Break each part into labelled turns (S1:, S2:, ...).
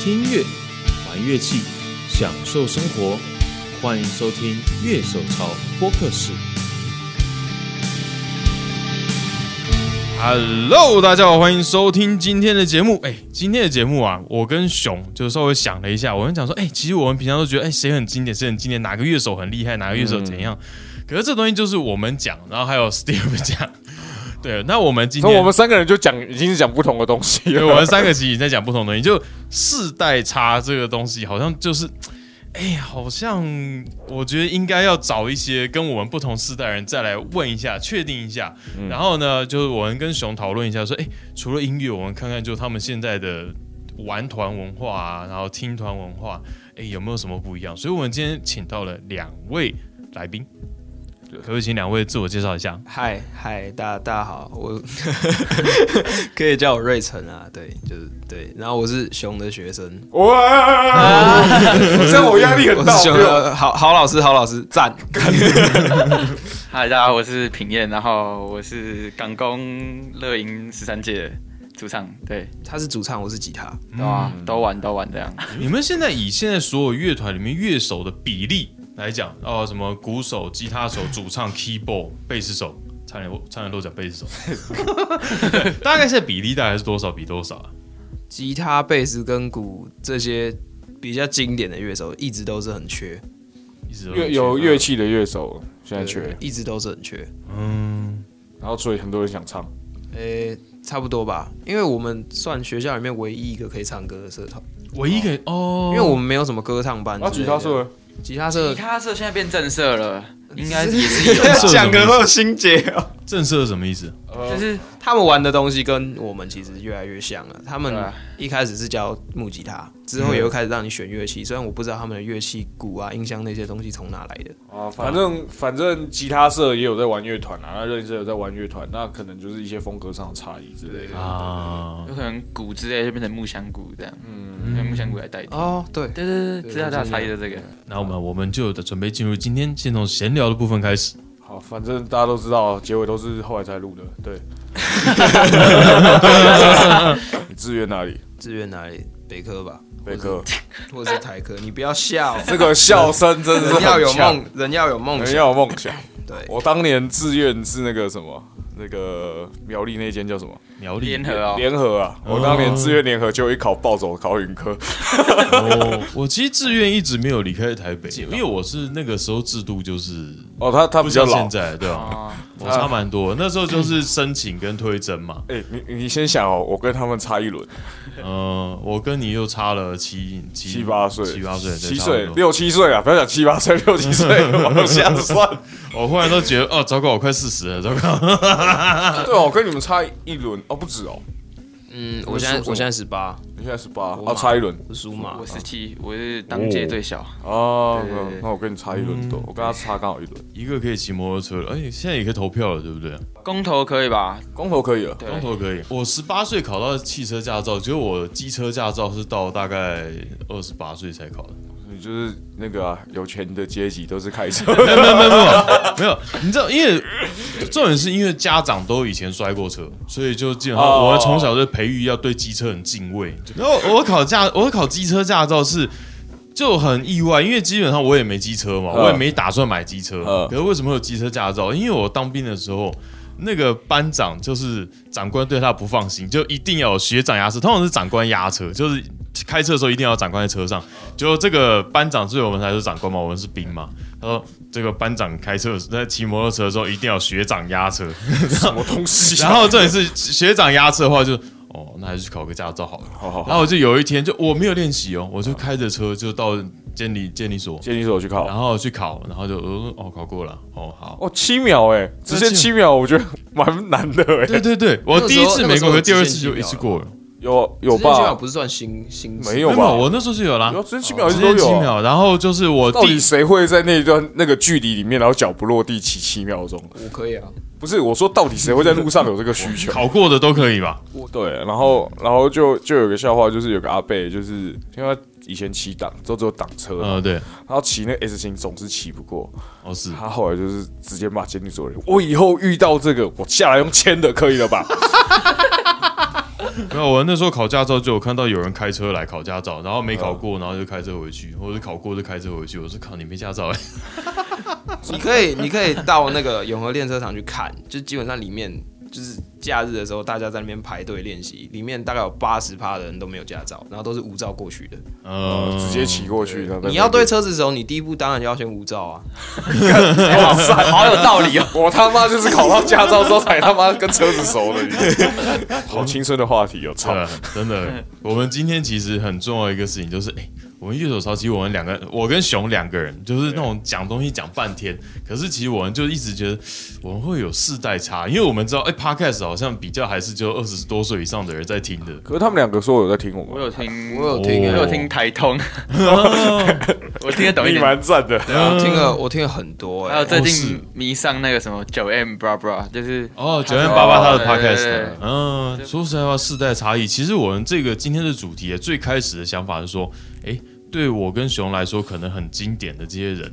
S1: 听乐，玩乐器，享受生活，欢迎收听《乐手潮播客室》。Hello，大家好，欢迎收听今天的节目。哎，今天的节目啊，我跟熊就稍微想了一下，我们讲说，哎，其实我们平常都觉得，哎，谁很经典，谁很经典，哪个乐手很厉害，哪个乐手怎样。
S2: 嗯
S1: 可是这东西就是我们讲，然后还有 Steve 讲。对，那我们今
S2: 所以
S1: 天
S2: 我们三个人就讲，已经是讲不同的东西
S1: 对，
S2: 了。
S1: 我 们三个其实在讲不同的东西，就世代差这个东西，好像就是，哎、呀，好像我觉得应该要找一些跟我们不同世代人再来问一下，确定一下。
S3: 嗯
S1: 然后呢，就是我们跟熊讨论一下，说，哎、除了音乐，我们看看就他们现在的玩团文化啊，然后听团文化，哎、有没有什么不一样？所以我们今天请到了两位来宾，可不可以请两位自我介绍一下？
S4: 嗨嗨，大大家好，我 可以叫我瑞成啊，对，就是对，然后我是熊的学生，
S2: 哇， 这样我压力很
S4: 我是
S2: 大。
S4: 熊
S2: 没有
S4: 的好好老师，好老师赞，
S3: 嗨，大家好，我是平燕，然后我是港工乐营十三届主唱，对，
S4: 他是主唱，我是吉他，
S1: 嗯
S3: 对啊，都玩都玩这样，
S1: 你们现在以现在所有乐团里面乐手的比例来讲，哦，什么鼓手、吉他手、主唱、keyboard、贝 斯手，差点差点漏讲贝斯手，大概现在比例大概是多少比多少啊？
S4: 吉他、贝斯跟鼓这些比较经典的乐手一直都是很缺，
S1: 一直都
S2: 乐有乐器的乐手现在缺，
S4: 对一直都是很缺，
S1: 嗯，
S2: 然后所以很多人想唱。
S4: 诶，差不多吧，因为我们算学校里面唯一一个可以唱歌的社团，
S1: 唯一可以哦，
S4: 因为我们没有什么歌唱班之
S2: 啊，
S4: 类的，
S2: 吉他社
S4: 吉他
S3: 吉
S4: 社
S3: 他社现在变正社了，应 该也是有，
S1: 讲得
S4: 有心结哦。
S1: 正社是什么意思？
S3: 就是
S4: 他们玩的东西跟我们其实越来越像了。他
S3: 对
S4: 们
S3: 啊
S4: 一开始是教木吉他，之后也又开始让你选乐器。虽然我不知道他们的乐器、鼓啊、音箱那些东西从哪来的，
S2: 啊，反正反正吉他社也有在玩乐团啊，那认识有在玩乐团，那可能就是一些风格上的差异之类的。
S1: 啊，
S3: 有可能鼓之类就变成木箱鼓这样，嗯，用木箱鼓来代替。
S4: 哦，对，
S3: 对对对，
S4: 对
S3: 知道大家
S4: 就是
S3: 差异的这个，
S1: 那我们我们就准备进入今天先从闲聊的部分开始。
S2: 好，反正大家都知道，结尾都是后来才录的。 对， 你志愿哪里？
S4: 志愿哪里？北科吧，
S2: 北科。
S4: 或者是台科。你不要笑，
S2: 这个笑声真的是
S4: 人要有
S2: 很呛，
S4: 梦，人要有梦
S2: 人
S4: 想。
S2: 要有梦想。
S4: 对，
S2: 我当年志愿是那个什么，那个苗栗那间叫什么
S1: 苗栗
S3: 联合哦，
S2: 联合啊？我当年志愿联合就一考暴走考云科，
S1: 哦，我其实志愿一直没有离开台北，因为我是那个时候制度就是
S2: 哦，他他
S1: 不
S2: 比较
S1: 像
S2: 老
S1: 现。在，对吧、
S3: 哦，
S1: 我差蛮多，那时候就是申请跟推甄嘛。
S2: 哎，你你先想哦，我跟他们差一轮，
S1: 嗯、我跟你又差了七七
S2: 七八岁，
S1: 七八岁，对
S2: 七岁
S1: 差，不多
S2: 六七岁啊，不要讲七八 岁，六七岁往下算。
S1: 我忽然都觉得，哦，糟糕，我快四十了，糟糕。
S2: 对哦，我跟你们差一轮哦，不止哦，
S4: 嗯，我现在我现在十八，
S2: 你现在十八，
S4: 我
S2: 哦，差一轮
S4: 我属马
S3: 我。十七，我是当届最小，
S2: 哦，
S3: 对对对
S2: 那我跟你差一
S1: 嗯
S2: 轮多，我跟他差刚好一轮，
S1: 一个可以骑摩托车了，哎、现在也可以投票了，对不对？
S3: 公投可以吧？
S2: 公投可以了。
S3: 对，
S1: 公投可以。我十八岁考到汽车驾照，结果我机车驾照是到大概二十八岁才考的。
S2: 你就是那个啊，有钱的阶级都是开车，
S1: 没有没有没有没有没有，你知道，因为重点是因为家长都以前摔过车，所以就基本上
S2: 哦
S1: 我从小就培育要对机车很敬畏。然后我考驾，我考机车驾照是。就很意外，因为基本上我也没机车嘛，
S2: 嗯
S1: 我也没打算买机车。
S2: 嗯
S1: 可是为什么有机车驾照？因为我当兵的时候，那个班长就是长官对他不放心，就一定要有学长押车，通常是长官押车，就是开车的时候一定要有长官在车上。就这个班长，所以我们才是长官嘛，我们是兵嘛。他说这个班长开车的时候在骑摩托车的时候一定要有学长押车，
S2: 什么东西啊？
S1: 然后这也是学长押车的话就哦，那还是去考个驾照好了。
S2: 好好好
S1: 然，后我就有一天就我没有练习哦，我就开着车就到监理监理所，
S2: 监理所去考
S1: 然。后去考，然后就哦哦考过了哦好。
S2: 哦，七秒哎、直线七秒，我觉得蛮难的哎、
S1: 对对对，我
S4: 那个
S1: 第
S4: 时候
S1: 一次没过，可
S4: 那个时候
S1: 第二次
S4: 直线
S1: 就一次
S4: 几秒
S1: 过
S4: 了
S1: 了。
S2: 有有
S4: 直接去考
S2: 吧？
S4: 不是算新新
S2: 没有
S1: 没
S2: 吧
S1: 有，我那时候就有啦哦
S2: 有，直线七秒一
S1: 直
S2: 直都
S1: 接七
S2: 有啊、
S1: 秒。然后就是我
S2: 到底
S1: 第
S2: 谁会在那一段那个距离里面，然后脚不落地骑七秒钟？
S4: 我可以啊，
S2: 不是，我说到底谁会在路上有这 个需求？
S1: 考过的都可以吧？
S2: 对，然后然后就就有个笑话，就是有个阿贝，就是因为他以前骑挡都只有挡车，
S1: 呃，对，
S2: 然后骑那个 S 型总是骑不过，
S1: 哦是。
S2: 他后来就是直接骂监理所的人，我以后遇到这个，我下来用签的，可以了吧？
S1: 没有，我那时候考驾照就有看到有人开车来考驾照，然后没考
S2: 嗯
S1: 过，然后就开车回去，或者是考过就开车回去。我说靠，你没驾照哎、
S4: 你可以，你可以到那个永和练车场去看，就基本上里面就是假日的时候，大家在那边排队练习，里面大概有八十趴的人都没有驾照，然后都是无照过去的。
S1: 嗯，
S2: 哦直接骑过去。然后再
S4: 你要对车子熟，你第一步当然就要先无照啊。
S3: 哇塞，好有道理哦！
S2: 我他妈就是考到驾照之后才他妈跟车子熟的，你好青春的话题哦，操
S1: 对！啊， 真的。我们今天其实很重要的一个事情就是，哎、我们乐手潮，其实我们两个，我跟熊两个人，就是那种讲东西讲半天，可是其实我们就一直觉得我们会有世代差，因为我们知道，哎、p o d c a s t 好像比较还是只有二十多岁以上的人在听的。
S2: 可是他们两个说有在听我
S3: 我
S2: 们，
S3: 有听，
S4: 我有
S1: 听
S3: 我
S1: 欸
S3: 有听台通，我听得懂一
S2: 你
S3: 点。
S2: 蛮赞的。
S4: 我听了，我听了很多、
S3: 还有
S4: 欸，
S3: 最
S1: 哦是
S3: 近迷上那个什么九 M bra bra，就是
S1: 哦，九零八八他的
S3: 对对对
S1: podcast，嗯，说实在话，世代差异，其实我们这个今天的主题最开始的想法是说，诶，对我跟熊来说可能很经典的这些人，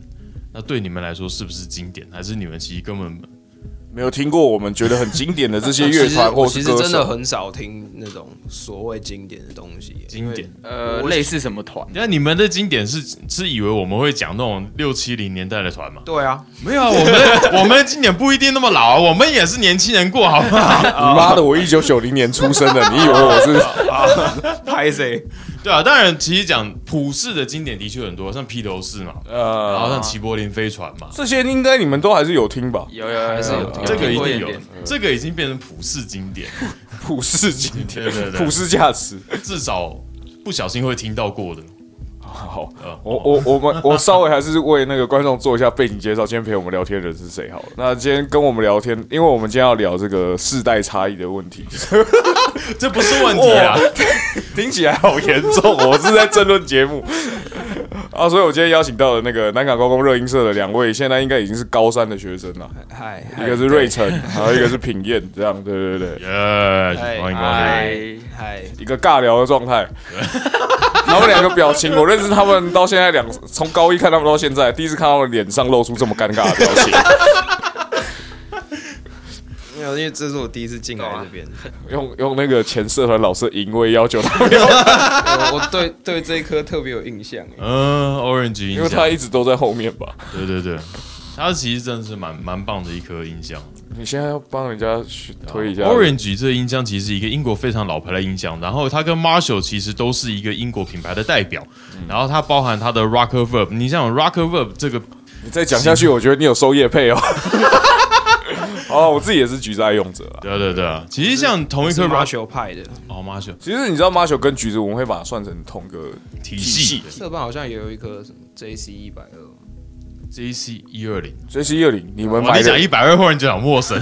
S1: 那对你们来说是不是经典？还是你们其实根本
S2: 没有听过我们觉得很经典的这些
S4: 其
S2: 乐
S4: 实
S2: 团或
S4: 我
S2: 是
S4: 其
S2: 歌
S4: 实
S2: 手
S4: 真的很少听那种所谓经典的东西、欸
S1: 经典？
S3: 呃类似什么团，
S1: 那你们的经典是是以为我们会讲那种六七零年代的团吗？
S4: 对啊，
S1: 没有啊，我们我们的经典不一定那么老啊，我们也是年轻人过，好不好？
S2: 你妈的，我一九九零年出生的，你以为我是？
S4: 拍谁？
S1: 对啊，当然，其实讲普世的经典的确很多，像披头士嘛，然后
S2: 呃，
S1: 像齐柏林飞船嘛，
S2: 这些应该你们都还是有听吧？
S3: 有有有
S4: 还是有听
S1: 这个一
S3: 过
S1: 定
S3: 点
S1: 有
S3: 点，
S1: 这个已经变成普世经典，
S2: 普世经典
S1: 对 对，对
S2: 普世价值。
S1: 至少不小心会听到过的。
S2: 好，
S1: 呃，
S2: 我我我们我稍微还是为那个观众做一下背景介绍。今天陪我们聊天的人是谁？好了，那今天跟我们聊天，因为我们今天要聊这个世代差异的问题，
S1: 这不是问题啊，
S2: 听起来好严重哦，我是在争论节目。啊，所以我今天邀请到了那个南港高工热音社的两位，现在应该已经是高三的学生了，
S4: 嗨，
S2: 一个是瑞成，然后一个是品燕，这样，对对对，
S1: 耶，哎欢迎光临。
S3: 哎，
S4: 嗨，
S2: 一个尬聊的状态。他们两个表情，我认识他们到现在两，从高一看他们到现在，第一次看他们脸上露出这么尴尬的表情。
S4: 没有，因为这是我第一次进来这边，
S2: 用用那个前社团老师淫威 要求他，
S4: 我我对对这一科特别有印象、欸
S1: 嗯，Orange
S2: 因
S1: 音
S2: 为他
S1: 响，
S2: 一直都在后面吧。
S1: 对对对，他其实真的是蛮蛮棒的一颗音箱。
S2: 你现在要帮人家去推一下
S1: Orange 这个音箱其实是一个英国非常老牌的音箱，然后它跟 Marshall 其实都是一个英国品牌的代表，
S2: 嗯
S1: 然后它包含它的 Rocker Verb，你想 Rocker Verb 这个
S2: 你再讲下去，我觉得你有收业配哦。 哦，我自己也是橘子爱用者啊。
S1: 对对对啊，其实像同 一
S4: 是
S1: 颗
S4: r a
S1: Rock
S4: s h 派的，
S1: 哦 Marshall
S2: 其实你知道 Marshall 跟橘子，我们会把它算成同个
S1: 体
S2: 系
S1: 系
S4: 社办好像也有一颗什么 JC 一百二。
S1: JC 一二零，
S2: JC 二零。你们
S1: 我
S2: 买
S1: 你
S2: 的
S1: 讲一百二，忽然就讲陌生，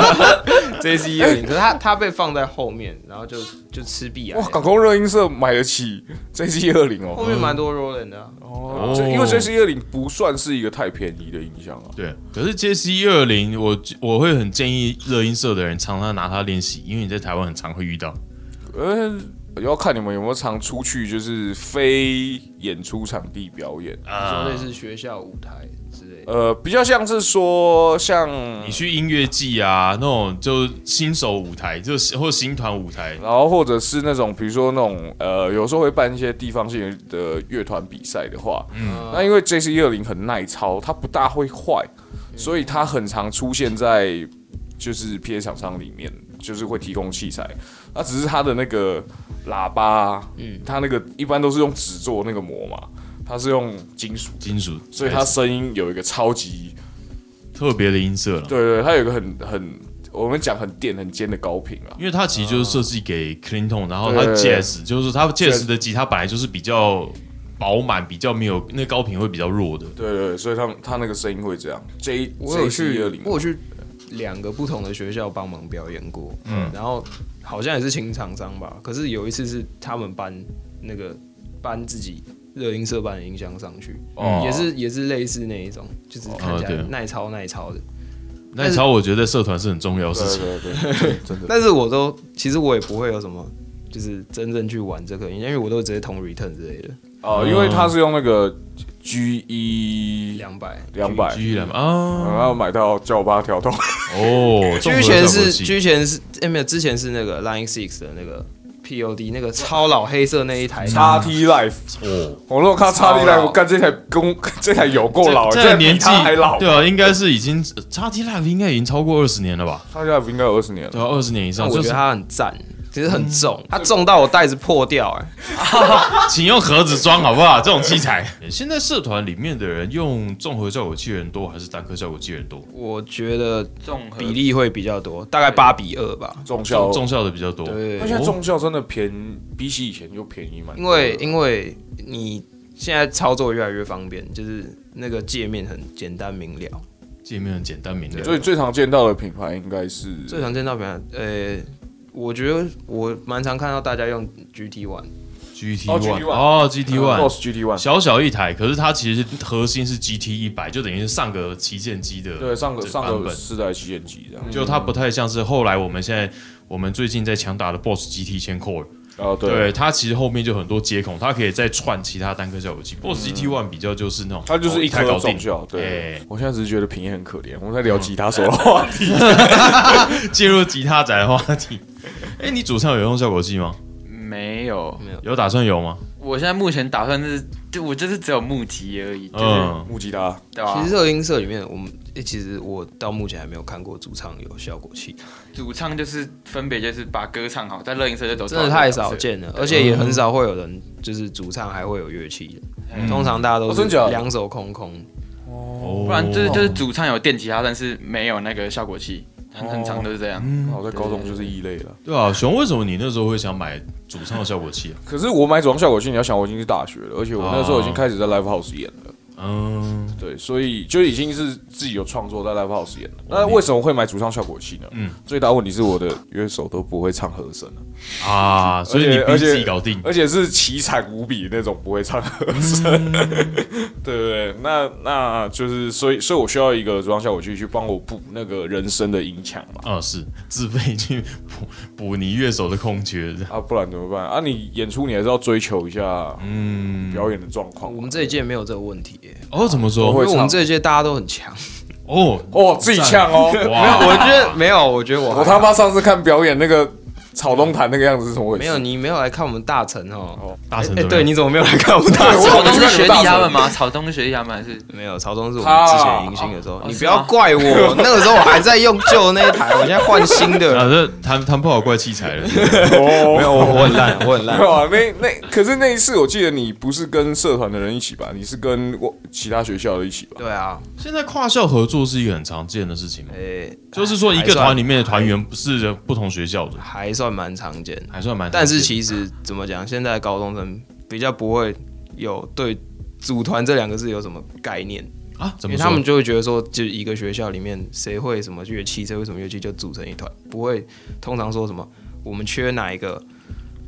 S4: J C 一零，可是他他被放在后面，然后就就吃壁癌
S2: 哇，。港工热音社买得起 JC 二零
S4: 后
S2: 哦。
S4: 面蛮多 Roland 的啊、
S2: 哦
S1: 哦，
S2: 这因为 JC 二零不算是一个太便宜的音箱啊。
S1: 对，可是 J C 二零，我我会很建议热音社的人常常拿它练习，因为你在台湾很常会遇到。
S2: 呃，要看你们有没有常出去，就是非演出场地表演。
S4: 说类似学校舞台之类的。
S2: 呃，比较像是说，像
S1: 你去音乐季啊，那种就新手舞台，就是或新团舞台，
S2: 然后或者是那种，比如说那种，呃，有时候会办一些地方性的乐团比赛的话，
S4: 嗯，
S2: 那因为 J C 二零很耐操，它不大会坏，所以它很常出现在就是 P A 厂商里面，就是会提供器材。那只是它的那个喇叭，嗯，它那个一般都是用纸做那个膜嘛，它是用金属，
S1: 金属，
S2: 所以它声音有一个超级，
S1: 特别的音色了。
S2: 对对，它有一个很很我们讲很电很尖的高频啊。
S1: 因为它其实就是设计给 Clinton，然后它
S2: 对
S1: Jazz 就是它 Jazz 的吉他本来就是比较饱满，比较没有那高频会比较弱的。
S2: 对对，对所以他们他那个声音会这样。J
S4: 我有
S2: J
S4: 去
S2: 二零，，
S4: 我有去两个不同的学校帮忙表演过。嗯，然后好像也是请厂商吧，可是有一次是他们班那个班自己热音社班的音箱上去，
S2: 哦
S4: 嗯也是也是类似那一种，就是看起
S1: 哦
S4: 来
S1: 对
S4: 耐操耐操的。
S1: 那超我觉得社团是很重要的事
S2: 对
S1: 情。
S2: 对 对，真的。
S4: 但是我都其实我也不会有什么，就是真正去玩这个，因为我都直接同 return 之类的。
S1: 嗯
S2: 哦，因为它是用那个 G 一
S4: 两百
S2: 两百，
S1: 居然啊，
S2: 然后买到叫我爸调动，
S1: 哦，综合
S4: 之前
S1: 效果
S4: 是
S1: 器
S4: 之前是哎、没有，之前是那个 Line Six 的那个 POD 那个超老黑色那一
S1: 嗯
S4: 台，
S2: 叉 T Life，
S1: 哦，
S2: 我如果看叉 T
S4: 超
S2: Life，
S4: 老
S2: 我干这台公这台有够老，
S1: 这
S2: 这台
S1: 这
S2: 比
S1: 年纪
S2: 它还老，
S1: 对啊，应该是已经叉 T Live 应该已经超过二十年了吧？
S2: 叉 T Life 应该有二十年了
S1: 对。啊，二十年以上，
S4: 但我
S1: 就
S4: 觉得
S1: 是
S4: 它很赞，其实很重，它重到我袋子破掉哎、
S1: 请用盒子装好不好？这种器材， 现在社团里面的人用综合效果器的人多还是单颗效果器的人多？
S4: 我觉得
S3: 综合
S4: 比例会比较多，大概八比二吧。
S2: 中校
S1: 重，重效的比较多，哦
S4: 对
S2: 那现在中校真的便宜，比起以前又便宜蛮多的。
S4: 因为
S1: 嗯
S4: 因为你现在操作越来越方便，就是那个界面很简单明了。
S1: 界面很简单明了。
S2: 所以最常见到的品牌应该是
S4: 最常见到品牌，呃，我觉得我蛮常看到大家用 GT One，
S1: GT
S2: 哦
S1: One
S2: GT1
S1: 哦，GT One
S2: Boss GT One，
S1: 小小一台，可是它其实核心是 GT 一百，就等于是上个旗舰机的
S2: 对，上个
S1: 这
S2: 上
S1: 版
S2: 个
S1: 本，嗯
S2: 世代旗舰机这样。
S1: 就它不太像是后来我们现在我们最近在强打的 Boss GT 千 Core，
S2: 哦，对，
S1: 对它其实后面就很多接孔，它可以再串其他单颗效果器。Boss GT One 比较就是那种，
S2: 嗯它就是
S1: 哦
S2: 一
S1: 一台
S2: 颗
S1: 搞
S2: 中
S1: 定，
S2: 校。对
S1: 哎，嗯
S2: 我现在只是觉得平野很可怜，我们在聊吉他手的话题。
S1: 进入吉他宅的话 题。哎，你主唱有用效果器吗？
S3: 没有，
S1: 有打算有吗？
S3: 我现在目前打算是，就我就是只有募集而已，就是、
S1: 嗯，
S2: 木吉他，
S3: 对吧、
S4: 其实热音社里面，我们、诶其实我到目前还没有看过主唱有效果器，
S3: 主唱就是分别就是把歌唱好，在乐音社就走，
S4: 真的太少。见了，而且也很少会有人就是主唱还会有乐器的，通常大家都
S2: 哦
S4: 是
S2: 真假的
S4: 两手空空。
S1: 不
S2: 哦
S3: 不然就是
S1: 哦
S3: 就是主唱有电吉他，但是没有那个效果器，很很常都是这样。
S2: 那嗯哦我在高中就是异类了。
S1: 对啊，熊，为什么你那时候会想买主唱的效果 器啊？
S2: 可是我买主装效果器，你要想我已经是大学了，而且
S1: 哦
S2: 我那时候已经开始在 live house 演了，
S1: 嗯，
S2: 对，所以就已经是自己有创作在 live house 演了。那为什么会买主唱效果器呢？
S1: 哦嗯
S2: 最大问题是我的乐手都不会唱和声啊，
S1: 啊，所以你
S2: 而
S1: 逼
S2: 且
S1: 自
S2: 而
S1: 己
S2: 且
S1: 搞定。
S2: 而且是奇惨无比那种，不会唱和
S1: 嗯
S2: 声， 对 不对？那那就是所以，所以我需要一个主唱效果器去帮我补那个人声的音墙嘛。
S1: 啊，是自费去补补你乐手的空缺，
S2: 啊，不然怎么办啊？你演出你还是要追求一下，嗯，表演的状况
S4: 我
S2: 嘛。
S4: 们这一届没有这个问题、耶
S1: 哦，怎么
S2: 都
S1: 说？
S2: 会
S4: 因为
S2: 唱
S4: 我们这一届大家都很强。
S1: 哦，
S2: 哦，自己呛哦，
S4: 没有，
S1: 哇，
S4: 我觉得没有，我觉得我
S2: 我
S4: 还
S2: 他妈上次看表演那个草东坛那个样子是怎么回事？
S4: 没有，你没有来看我们大成哦。
S1: 大神
S4: 哎，
S1: 怎么样
S4: 对，你怎么没有来看我们大成？
S2: 对
S3: 草
S2: 我
S3: 东是学弟他
S2: 我
S3: 们
S2: 没
S3: 吗？草东是学弟他们还是？
S4: 没有，曹东是我们之前迎新的时候
S3: 哦，
S4: 你
S3: 是
S4: 不要
S3: 吗
S4: 怪 我，那个时候我还在用旧的那一台，我现在换新的
S1: 啊，
S4: 了。
S1: 这谈谈不好怪器材了。
S2: 哦，
S4: 呃 没有，我我很烂，我很烂
S2: 没。有啊，那那可是那一次我记得你不是跟社团的人一起吧？你是跟我其他学校的一起吧？
S4: 对啊，
S1: 现在跨校合作是一个很常见的事情嘛，
S4: 诶，
S1: 就是说一
S4: 还
S1: 个
S4: 算
S1: 团里面的团员不是不同学校的，
S4: 还算蛮常见，
S1: 还算蛮常见的。
S4: 但是其实怎么讲，现在高中生比较不会有对组团这两个字有什么概念，
S1: 啊，怎
S4: 因
S1: 么
S4: 为
S1: 说
S4: 哎他们就会觉得说，就一个学校里面谁会什么乐器，谁会什么乐器就组成一团，不会通常说什么我们缺哪一个，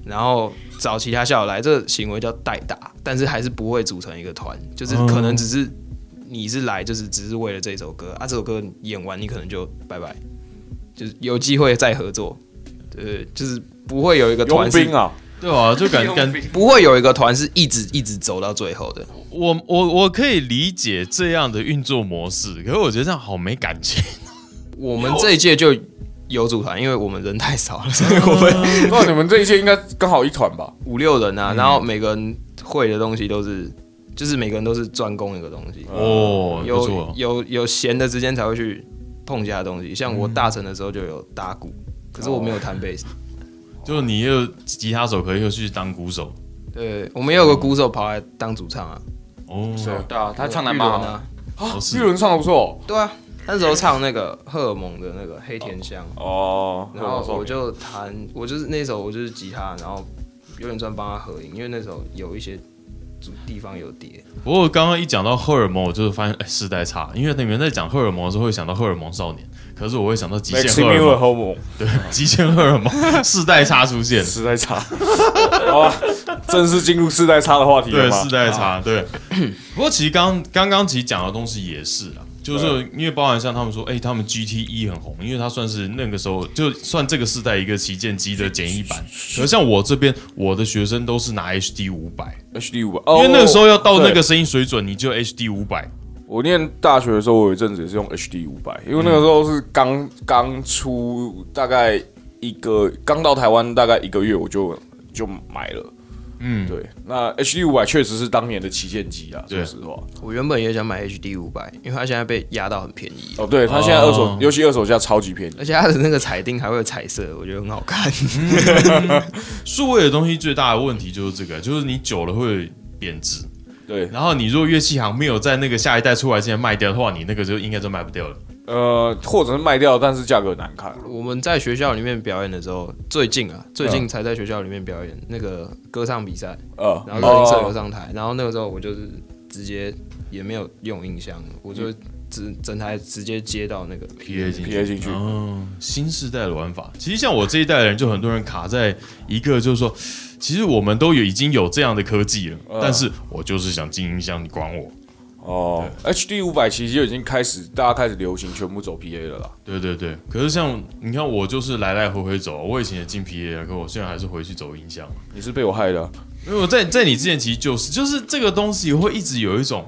S4: 然后找其他校友来，这个行为叫代打，但是还是不会组成一个团，就是可能只是你是来就是只是为了这首歌啊，这首歌演完你可能就拜拜，就是有机会再合作，对，就是不会有一个
S2: 佣
S4: 团是
S2: 兵。啊，
S1: 对啊，就 感感
S4: 不会有一个团是一直一直走到最后的，
S1: 我我我可以理解这样的运作模式，可是我觉得这样好没感情。
S4: 我们这一届就有组团，因为我们人太少了， 所以我们
S2: 那你们这一届应该刚好一团吧？
S4: 五六人啊，然后每个人会的东西都是，就是每个人都是专攻一个东西，
S1: 哦，不
S4: 有
S1: 错，
S4: 有有闲的时间才会去碰其他东西。像我大成的时候就有打鼓，可是我没有弹贝斯。
S1: 就你又吉他手，可以又去当鼓手。
S4: 对，我们也有个鼓手跑来当主唱啊，
S1: 哦，
S2: 是啊
S3: 对啊，他唱的
S4: 玉
S3: 蛮
S4: 伦
S3: 好的。
S4: 啊，
S1: 哦
S2: 玉
S1: 是
S2: 伦唱的不错
S4: 对啊，那时候唱那个荷尔蒙的那个黑甜香，
S2: 哦，
S4: 然后我就弹，我就是那首我就是吉他，然后有点专帮他合音，因为那时候有一些主地方有叠。
S1: 不过刚刚一讲到荷尔蒙，我就是发现哎，世代差，因为你们在讲荷尔蒙的时候会想到荷尔蒙少年，可是我会想到极
S2: m a
S1: 限
S2: x i
S1: 荷
S2: m i
S1: 尔
S2: l e
S1: 蒙，
S2: Homo
S1: 对， 极限荷尔蒙，世代差出现，
S2: 世代 差，好吧，正式进入世代差的话题了
S1: 对，
S2: 吗
S1: 世？代差，对。不过其实刚刚刚其实讲的东西也是啊，就是说因为包含像他们说，哎，他们 GT 一很红，因为它算是那个时候就算这个世代一个旗舰机的简易版。而像我这边，我的学生都是拿 HD 五百，
S2: HD 五，
S1: 因
S2: 哦
S1: 为那个时候要到那
S2: 对
S1: 个声音水准，你就 HD 五百。
S2: 我念大学的时候，我有一阵子也是用 HD 五百，因为那个时候是刚刚出，大概一个刚到台湾大概一个月，我就就买了。嗯，对，那 HD 五百确实是当年的旗舰机啊，
S1: 对
S2: 说实话。
S4: 我原本也想买 HD 五百，因为它现在被压到很便宜，
S2: 哦，对，它现在
S1: 哦哎
S2: 二手，尤其二手价超级便宜。
S4: 而且它的那个彩钉还会有彩色，我觉得很好看。
S1: 数位的东西最大的问题就是这个，就是你久了会贬值。
S2: 对，
S1: 然后你如果乐器行没有在那个下一代出来之前卖掉的话，你那个就应该就卖不掉了。
S2: 呃，或者是卖掉，但是价格很难看。
S4: 我们在学校里面表演的时候，最近啊，最近才在学校里面表演那个歌唱比赛，
S2: 呃，
S4: 然后跟社
S2: 哦
S4: 友上台，然后那个时候我就是直接也没有用音箱，我就整整台直接接到那个
S1: PA 进去
S2: PA 进去，
S1: 嗯，新时代的玩法，其实像我这一代的人，就很多人卡在一个，就是说，其实我们都有已经有这样的科技了，
S2: 啊
S1: 但是我就是想进音箱，你管我？
S2: 哦，HD 五百其实就已经开始，大家开始流行全部走 PA 了啦。
S1: 对对对，可是像你看，我就是来来回回走，我以前也进 PA，了可我现在还是回去走音箱。
S2: 你是被我害的啊，
S1: 因为我在在你之前其实就是就是这个东西会一直有一种，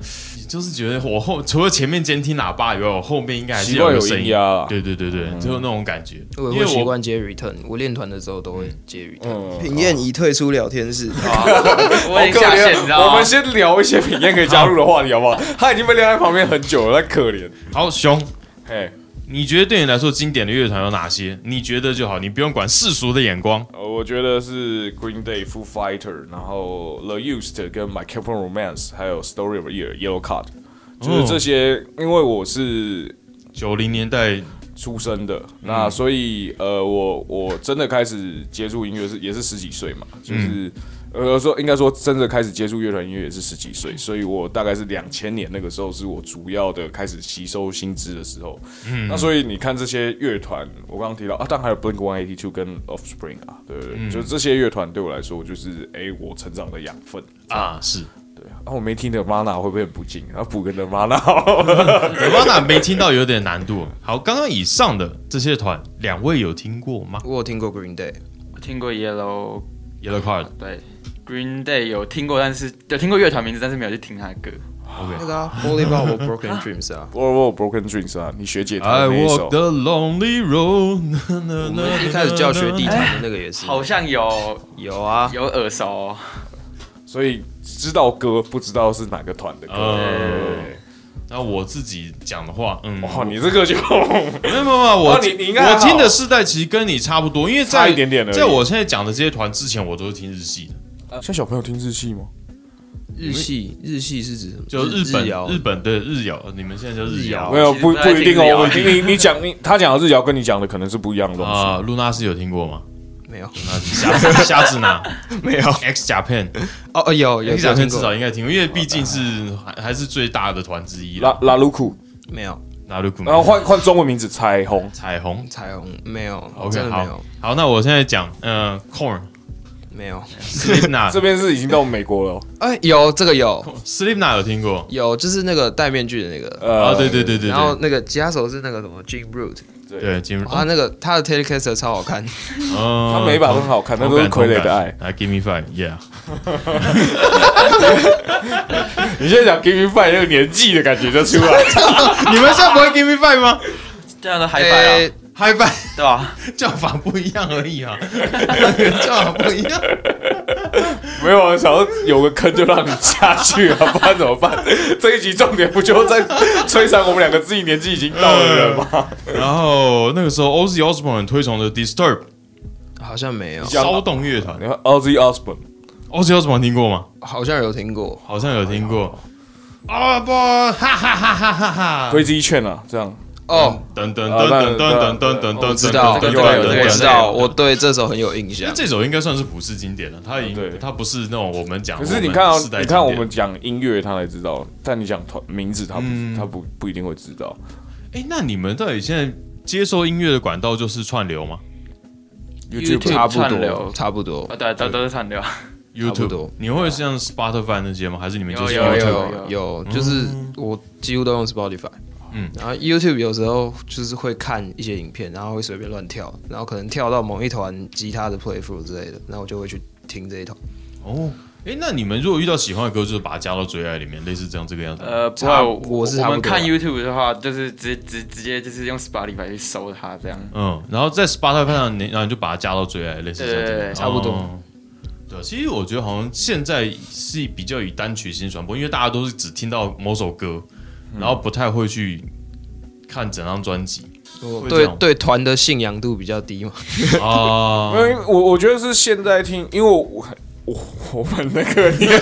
S1: 就是觉得我后除了前面监听喇叭以外，我后面应该还是
S2: 习惯
S1: 有
S2: 有
S1: 声
S2: 音
S1: 音
S2: 压。啊啦。
S1: 对对对对，就有那种感觉。
S4: 我
S1: 因
S4: 也
S1: 为
S4: 会习
S1: 我
S4: 惯接 return，我练团的时候都会接 return。
S2: 嗯，
S5: 品燕已退出聊天室，
S3: 我已经下线，你知道
S2: 啊我
S3: 吗
S2: 们？先聊一些品燕可以加入的话题，好不好？ 他已经被晾在旁边很久了，他可怜。
S1: 好熊，
S2: 嘿，
S1: 你觉得对你来说经典的乐团有哪些？你觉得就好，你不用管世俗的眼光。
S2: 呃我觉得是 Green Day、Foo Fighter，然后 The Used 跟 My Chemical Romance，还有 Story of Year、Yellow Card，就是
S3: 嗯
S2: 这些。因为我是
S1: 九零年代，
S2: 出生的，那所以呃，我我真的开始接触音乐是也是十几岁嘛，就是、呃说应该说真的开始接触乐团音乐也是十几岁，所以我大概是两千年那个时候是我主要的开始吸收新知的时候。那所以你看这些乐团，我刚刚提到啊，当然还有 Blink One Eighty Two 跟 Offspring 啊，对对对，就这些乐团对我来说就是哎、我成长的养分。
S1: 啊，是
S2: 啊，我没听的 Mana 会不会很不敬？然后补个的 Mana 好了
S1: n i r 没听到有点难度。好，刚刚以上的这些团，两位有听过吗
S4: 我有听过 Green Day，
S3: 我听过 Yellow，
S1: ？Yellow Card，
S3: 对，Green Day 有听过，但是有听过乐团名字，但是没有去听他的歌。
S4: 那个啊 Holy Bible Broken Dreams 啊，
S2: 我我有 Broken Dreams 啊，你学姐弹
S1: I
S2: 的那一
S1: walk
S2: 首。
S1: the lonely road 。我
S4: 我们一开始教学地毯的那个也是，
S3: 好
S1: 哎
S3: 像有
S4: 有啊，
S3: 有耳熟，
S2: 所以知道歌不知道是哪个团的歌。嗯
S1: 呃，那我自己讲的话，嗯，
S2: 哇，你这个 就
S1: 没有没有没有，我
S2: 哦你你应该还
S1: 我
S2: 好
S1: 听的世代其实跟你差不多，因为在
S2: 差一点点而已
S1: 在我现在讲的这些团之前，我都是听日系的，
S2: 现在小朋友听日系吗？
S4: 日系日系是指什么？
S1: 就日本
S4: 摇
S1: 日本的日谣，你们现在叫日
S4: 日
S1: 谣
S4: 谣
S2: 没有，
S3: 其实
S2: 不
S3: 不
S2: 不
S3: 太
S2: 一定
S3: 听
S2: 哦。
S3: 日
S2: 你
S3: 谣
S2: 你你讲你他讲的日谣跟你讲的可能是不一样的东西。
S1: 啊。露娜是有听过吗？
S4: 没有
S1: 那瞎子 瞎子 呢
S4: 没有
S1: ？X Japan，X
S4: 哦哦有有
S1: Japan
S4: 听
S1: 至少
S4: 过
S1: 应该听过，因为毕竟是还还是最大的团之一
S2: 拉
S1: 啦。
S2: 拉鲁库，
S4: 没有
S1: 那如果
S2: 然后换换中文名字彩虹。
S1: 彩虹
S4: 彩虹没有
S1: ，OK，
S4: 真的没有
S1: 好好，那我现在讲，嗯，Corn
S4: 没有，
S2: 这
S1: Slipknot
S2: 边是已经到美国了哦，
S4: 哎有这个有
S1: Slipknot 有听过
S4: 有就是那个戴面具的那个，
S2: 呃
S1: 啊？对对对对嗯
S4: 然后
S1: 对
S4: 那个吉他手是那个什么 Jim Root，
S1: 对，进入
S4: 啊那个他的 Telecaster 超好看，
S1: 嗯
S2: 他每一把都很好看，那都是傀儡的爱。。
S1: 来，Give 啊 me five，yeah。
S2: 你现在讲 Give Me Five 那个年纪的感觉就出来，
S1: 你们现在不会 Give me five 吗
S3: 这样都
S1: 啊
S3: 嗨翻
S4: 哎
S3: 了，
S1: ？High five，
S3: 对吧？
S1: 叫法不一样而已啊，叫法不一样。
S2: 没有啊，想要有个坑就让你下去啊，不然怎么办？这一集重点不就在摧残我们两个自己年纪已经到的人吗？
S1: 然后那个时候，Ozzy Osbourne 很推崇的 Disturb
S4: 好像没有，
S1: 骚动乐团
S2: 你看 Ozzy Osbourne，
S1: ，Ozzy Osbourne 听过吗？
S4: 好像有听过，
S1: 好像有听过。啊不，哈哈哈哈哈哈！
S2: 推自己券啊，这样。
S4: 哦，
S1: 等等等等等等等等，
S4: 我知道，啊
S3: 这
S4: 我
S3: 个有这个有
S4: 知道，我
S1: 我
S4: 对这首很有印象。
S1: 这首应该算是普世经典了，它已
S2: 啊对
S1: 经它不是那种我们讲。
S2: 可是你看啊
S1: 世，代
S2: 你
S1: 经典
S2: 看我们讲音乐他才知道，但你讲团名字他不、
S1: 嗯
S2: 他不不一定会知道。
S1: 哎，那你们到底现在接收音乐的管道就是串流吗
S2: YouTube
S4: 差不
S3: 串流
S4: 多，差不多
S3: 啊，对，都都是串流，
S4: 差不
S1: ？YouTube，
S4: 多
S1: 你会像 Spotify 那些吗？还是你们就是
S3: 有
S4: 有
S1: YouTube？
S4: 有有，就是我几乎都用 Spotify。
S1: 嗯
S4: 嗯，然后 YouTube 有时候就是会看一些影片，然后会随便乱跳，然后可能跳到某一团吉他的 play through 之类的，那我就会去听这一团。
S1: 哦，哎，那你们如果遇到喜欢的歌，就是把它加到最爱里面，类似这样这个样子吗。
S3: 呃，不
S4: 差
S3: 会，
S4: 不
S3: 我
S4: 我是差
S3: 我
S4: 不
S3: 们
S4: 多
S3: 看 YouTube 的话，就是直直直接就是用 Spotify 去搜它这样。
S1: 嗯，然后在 Spotify 上，你然后你就把它加到最爱，类似这样
S3: 对
S1: 子
S3: 对对
S4: 差不多
S1: 哦对，其实我觉得好像现在是比较以单曲型传播，因为大家都是只听到某首歌，
S4: 嗯
S1: 然后不太会去看整张专辑
S4: 我
S1: 会这
S4: 对
S1: 样吗
S4: 对团的信仰度比较低嘛，
S1: 啊
S2: 因。为我我觉得是现在听，因为我我我们那个年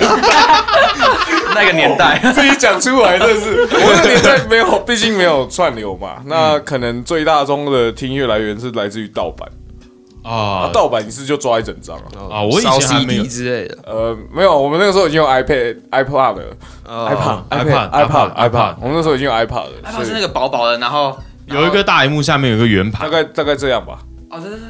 S3: 那个年代，
S4: 哦
S2: 自己讲出来，真 的是我那个年代没有，毕竟没有串流嘛。那可能最大宗的听乐来源是来自于盗版，啊
S1: 啊，
S2: 盗版一次就抓一整张啊。
S1: 啊我以前
S4: 烧
S1: 还没有
S4: CD 之类的，
S2: 呃，没有，我们那个时候已经有 iPad、iPod 了
S1: 哦
S2: iPod、
S1: iPod
S2: iPad、iPod、
S1: iPod
S2: iPod，我们那时候已经有 iPod 了，
S3: 它是
S2: 所
S3: 那
S2: 以
S3: 个薄薄的，然后
S1: 有一个大荧幕下面有一个圆
S2: 大
S1: 盘，
S2: 概大概这样吧。
S3: 哦，对对对，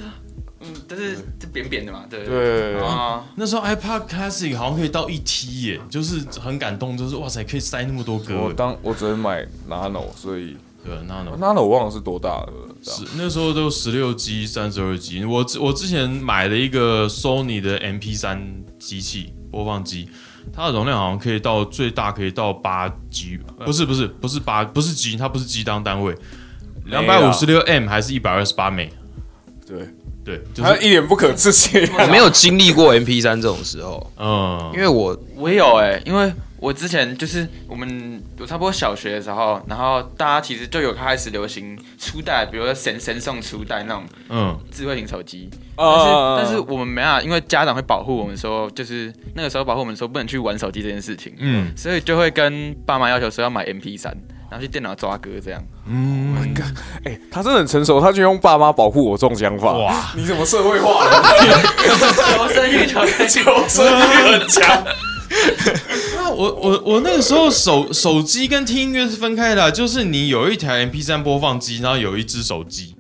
S3: 嗯，就是就扁扁的嘛，对
S2: 对
S3: 啊，
S1: 那时候 iPad Classic 好像可以到一 T 耶，就是很感动，就是哇塞，可以塞那么多
S2: 我
S1: 歌。
S2: 当我只能买 Nano，所以
S1: 对，啊那那
S2: Nano 我忘了是多大了。这样
S1: 是那时候都十六 G、三十二 G。我之我之前买了一个 Sony 的 MP 三机器播放机，它的容量好像可以到最大可以到八 G，吧不是不是不是八不是 G，它不是 G 当单位，两百五十六 M 还是一百二十八美？
S2: 对，
S1: 对，就
S2: 他
S1: 是
S2: 一脸不可 置信。
S4: 我没有经历过 MP 三这种时候，
S1: 嗯，
S4: 因为我
S3: 我也有哎、因为我之前就是我们我差不多小学的时候，然后大家其实就有开始流行初代，比如说神神送初代那种
S1: 嗯
S3: 智慧型手机，但是、
S2: 啊
S3: 但是我们没办法，因为家长会保护我们说，就是那个时候保护我们说不能去玩手机这件事情，
S1: 嗯
S3: 所以就会跟爸妈要求说要买 MP 三，然后去电脑抓歌这样。
S1: 嗯，
S2: 哎，他真的很成熟，他就用爸妈保护我这种想法。
S1: 哇，
S2: 你怎么社会化了？
S3: 求生欲，求生欲。
S2: 求生欲很强。
S1: 那我我我那个时候手手机跟听音乐是分开的啊、就是你有一台 MP 三播放机，然后有一只手机，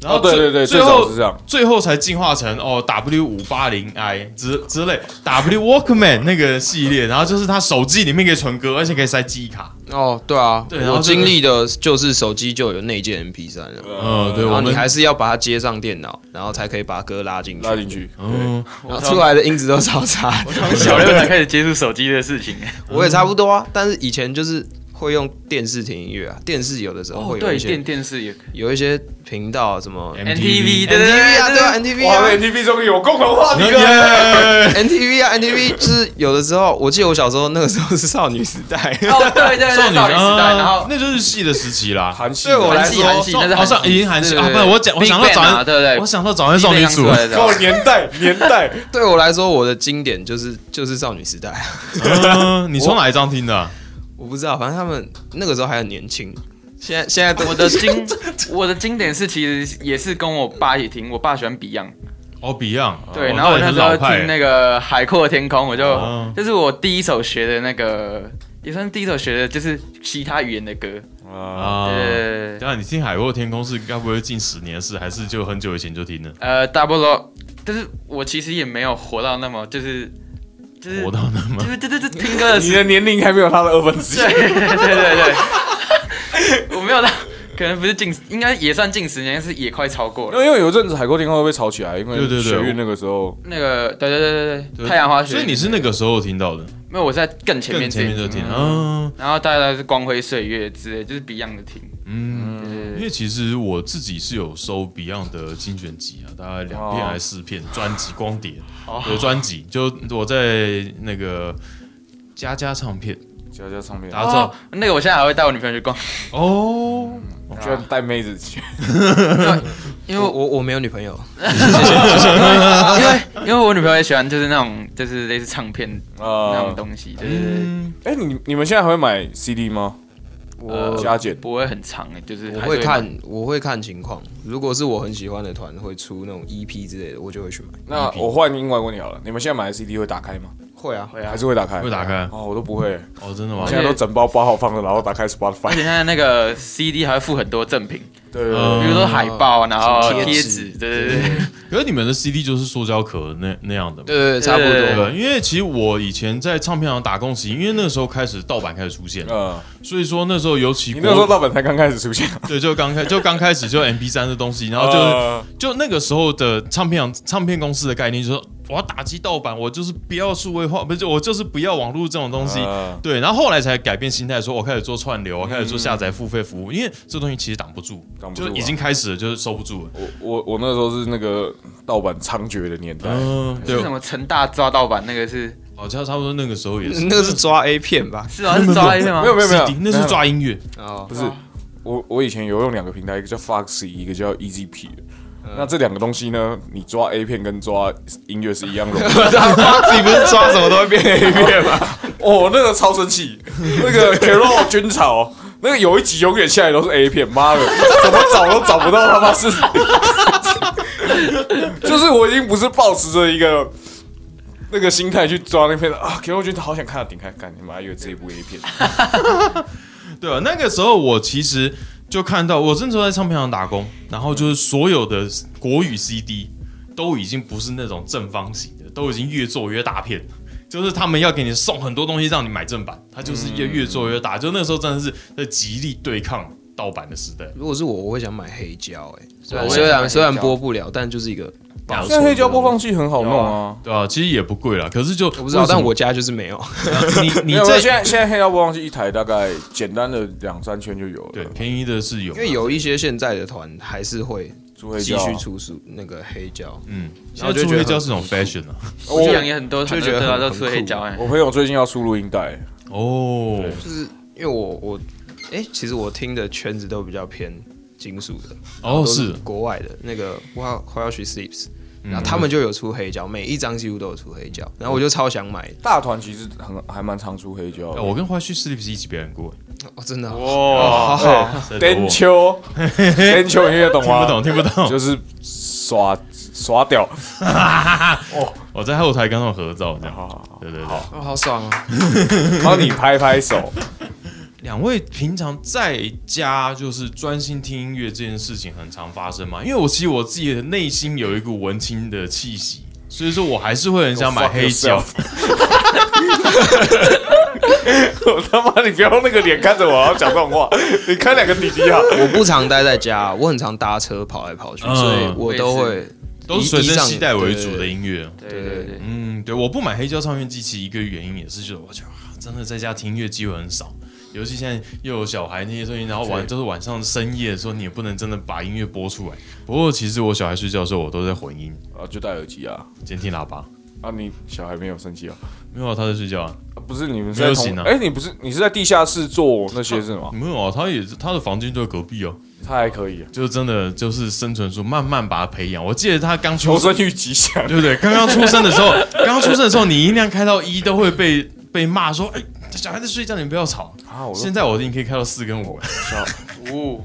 S1: 然后
S2: 哦，对
S1: 最
S2: 对对，
S1: 最
S2: 最早
S1: 后
S2: 是这样。
S1: 最后才进化成哦 W 五八零 I 之之类 W Walkman 那个系列，然后就是它手机里面可以存歌，而且可以塞记忆卡。
S4: 哦，对啊，
S1: 对然后
S4: 我
S1: 这个
S4: 经历的就是手机就有内建 MP 三了。
S1: 嗯，对，
S4: 然
S1: 我
S4: 后你
S1: 们
S4: 还是要把它接上电脑，然后才可以把歌拉进去。
S2: 拉进去，
S1: 嗯，
S4: 然后出来的音质都超 差的。
S3: 小六才开始接触手机的事 情。
S4: 我也差不多啊，但是以前就是会用电视听音乐啊，电视有的时候会有
S3: 哦对，
S4: 一些、
S3: 电电视也
S4: 有一些频道什么
S1: MTV
S3: NTV 对对
S4: NTV 啊，对啊
S3: 对
S1: 嗯
S4: ，NTV
S2: 哇
S4: 啊
S2: ，NTV 终于有共同话题了。
S1: 耶，
S4: ，NTV 啊，NTV 就是有的时候，我记得我小时候那个时候是少女时代，
S3: 对，哦对对对，
S1: 少
S3: 少
S1: 女
S3: 女时代，然
S1: 啊
S3: 后
S1: 那就是日系的时期啦。
S2: 韩系
S4: 对我来
S3: 韩系
S4: 说，
S3: 韩系，那是
S1: 好像已经韩系哦啊，不是我讲我想到早
S3: 对对
S1: 我想到早安少女组，
S3: 啊
S2: 靠年代年代，
S4: 对我来说，我的经典就是就是少女时代啊。
S1: 嗯，你从哪一张听的啊？
S4: 我不知道，反正他们那个时候还很年轻，现在现在都
S3: 我的经我的经典是其实也是跟我爸一起听，我爸喜欢 Beyond，
S1: 哦，Beyond，
S3: 对，
S1: 哦
S3: 然后我
S1: 也
S3: 那
S1: 很
S3: 时候
S1: 老派
S3: 听那个《海阔天空》，我就
S1: 哦
S3: 这是我第一首学的那个，也算是第一首学的就是其他语言的歌，
S1: 啊。
S3: 对，
S1: 等一下你听《海阔天空》是该不会近十年的事，还是就很久以前就听的？
S3: 呃，Double，O，但是我其实也没有活到那么就是就是
S1: 活到那么
S3: 就是这这这听歌 的
S2: 你
S3: 时
S2: 的年龄还没有他的二分之一
S3: 对。对对 对，我没有到，可能不是近，应该也算近十年，但是也快超过
S2: 因
S1: 呃
S3: 了。
S2: 为有一阵子海阔天空会被炒起来，因为
S1: 对对对
S2: 学运那个时候，
S3: 那个，对对对对
S1: 对
S3: 对，太阳花学，
S1: 所以你是那个时候听到的，
S3: 没有，我是在更前面
S1: 更前面就
S3: 自己
S1: 听，
S3: 听，
S1: 嗯
S3: 然后大概是光辉岁月之类，就是 Beyond 的听，
S1: 嗯。
S3: 对对
S1: 因
S3: 对
S1: 为其实我自己是有收 Beyond 的精选集啊，大概两片还是四片专辑光碟
S3: 哦
S1: 有专辑，就我在那个佳佳唱片，
S2: 加加唱片，
S1: 大家知道
S3: 哦那个我现在还会带我女朋友去逛，
S1: 哦，
S2: 居然带妹子去，
S4: 因
S3: 因
S4: 为
S3: 为我
S4: 我我没有女朋友，
S3: 因为因为我女朋友也喜欢就是那种就是类似唱片那种
S2: 啊！
S3: 东西，对对对，
S1: 嗯，
S2: 哎，你你们现在还会买 CD 吗？
S1: 呃
S4: 我
S2: 加减
S3: 不会很长哎，就是
S4: 我
S3: 还是
S4: 会看，我会看情况。如果是我很喜欢的团会出那种 EP 之类的，我就会去买。
S2: 那我换另外一个问题好了，你们现在买的 CD 会打开吗？
S4: 会啊，
S3: 会啊
S2: 还，是会打开？
S1: 会打开
S2: 哦，我都不会，
S1: 哦，真的
S2: 我
S1: 吗
S2: 现？在都整包包好放着，然后打开
S3: 而
S2: Spotify。
S3: 且现在那个 CD 还会附很多赠品，
S2: 对对
S1: 嗯
S2: 对
S3: 比如说海报，然后
S4: 贴
S3: 贴
S4: 纸
S3: 纸，对对对对，
S1: 可是你们的 CD 就是塑胶壳那那样的嘛？
S4: 对对对，差不
S3: 对
S1: 对吧？
S4: 多。
S1: 因为其实我以前在唱片行打工时，因为那时候开始盗版开始出现，
S2: 嗯，
S1: 所以说那时候尤其
S2: 你
S1: 国
S2: 那时候盗版才刚开始 出现，
S1: 对就刚开就刚开始就 MP 三的东西，然后就是、
S2: 呃
S1: 就那个时候的唱片行唱片公司的概念就是说，我要打击盗版，我就是不要数位化，不是我就是不要网络这种东 西。
S2: 呃嗯
S1: 对，然后后来才改变心态，说哦我开始做串流，我开始做下载付费服务，因为这东西其实挡不住，
S2: 挡不住啊
S1: 就已经开始了，就是收不住了。
S2: 我我我那时候是那个盗版猖獗的年代，
S1: 嗯，对
S3: 是，什么成大抓盗版那个是
S1: 好像差不多那个时候也是，
S4: 那个是抓 A 片吧？
S3: 是啊是抓一片吗
S2: 没？有没有没有
S1: CD，，那时候抓啊音乐，
S4: 哦
S2: 不，是我我以前有用两个平台，一个叫 Foxy，一个叫 EZP。那
S1: 嗯
S2: 这两个东西呢？你抓 A 片跟抓音乐是一样容易的。
S4: 自己不是抓什么都会变 A 片吗？
S2: 哦，那个超生气，那个 Carol 军草，那个有一集永远下来都是 A 片，妈的，怎么找都找不到他妈是。 就是我已经不是抱持着一个那个心态去抓那片了啊，Carol 军草好想看到点开，干你妈又有这一部 A 片，
S1: 对啊，那个时候我其实就看到，我那时候在唱片行打工，然后就是所有的国语 CD 都已经不是那种正方形的，都已经越做越大片。就是他们要给你送很多东西让你买正版，它就是越越做越大。就那时候真的是在极力对抗盗版的时代。
S4: 如果是我，我会想买黑胶，哎，虽
S3: 我
S4: 然
S3: 也
S4: 虽
S3: 想买
S4: 然
S3: 黑
S4: 虽然
S3: 胶
S4: 播不了，但就是一个
S1: 然后
S2: 现在黑胶播放器很好弄啊。
S1: 对啊，其实也不贵啦，可是就
S4: 我不知道，
S1: 为什
S4: 但
S1: 么
S4: 我家就是没有。
S1: 你
S2: 没
S1: 你
S2: 有，没有现
S1: 在
S2: 在现在黑胶播放器一台大概简单的两三圈就有了。
S1: 对便宜的是有，啊
S4: 因为有一些现在的团还是会啊
S2: 猪黑
S4: 继
S2: 胶，
S4: 续出书那个黑胶，
S1: 嗯，现
S4: 然后
S1: 在
S4: 就
S1: 出
S4: 觉得
S1: 黑
S4: 很
S1: 胶是种 fashion 啊。
S3: 我讲也很多，
S4: 就
S3: 很
S4: 觉
S3: 多
S4: 得
S3: 对啊，
S4: 很
S3: 都出黑胶哎，
S2: 我朋友最近要出录音带，
S1: 哦，
S2: 对
S4: 就是因为我我哎、其实我听的圈子都比较偏金属的，
S1: 哦
S4: 都
S1: 是嗯
S4: 国外的那个 Why Why She Sleeps，然后他们就有出黑胶，每一张几乎都有出黑胶，然后我就超想买的，
S2: 大团其实很还蛮常出黑胶的。
S1: 哎我跟花絮 Sleeps 一起表演过，
S4: 哦，真的啊、
S3: 哇，
S4: 好好，
S2: 颠秋，颠秋，你也懂
S1: 听
S2: 吗？
S1: 不懂，听不懂。
S2: 就是耍耍屌。
S1: 我哦在后台跟他们合照，这样。
S2: 好好好
S1: 对对对，
S4: 哦，好爽啊！
S2: 帮你拍拍手。
S1: 两位平常在家就是专心听音乐这件事情很常发生吗？因为我其实我自己的内心有一股文青的气息，所以说我还是会很想买
S2: Go fuck
S1: 黑胶。
S2: 我他妈，你不要用那个脸看着我，然后讲这种话。你看两个弟弟啊，
S4: 我不常待在家，我很常搭车跑来跑去，
S1: 嗯
S4: 所以我都
S3: 我
S4: 会
S1: 都是随身携带为主的音乐。
S3: 对对对，
S1: 嗯，对，我不买黑胶唱片机器一个原因也是觉得，我觉得啊真的在家听音乐机会很少，尤其现在又有小孩那些东西，然后晚就是晚上深夜的时候，你也不能真的把音乐播出来。不过其实我小孩睡觉的时候，我都在混音，
S2: 啊，就戴耳机啊。
S1: 监听喇叭。
S2: 啊，你小孩没有生气啊？
S1: 没有啊，他在睡觉啊。
S2: 啊不是你们是
S1: 没
S2: 在
S1: 有
S2: 同
S1: 醒啊
S2: 哎，你不是你是在地下室做那些是吗？
S1: 没有啊，他也是他的房间就在隔壁哦，
S2: 他还可以啊，
S1: 就是真的就是生存术，慢慢把他培养。我记得他刚出
S2: 求，生欲极强。
S1: 对不对？刚刚出生的时候，刚刚出生的时候，你音量开到一都会被 被骂说，哎，小孩在睡觉，你不要吵。
S2: 啊，我都
S1: 现在我已经可以开到四跟五了，
S3: 哦，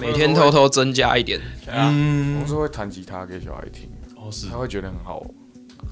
S4: 每天偷偷增加一点。
S1: 嗯
S2: 我，是会弹吉他给小孩听，
S1: 哦是
S2: 他，会觉得很好，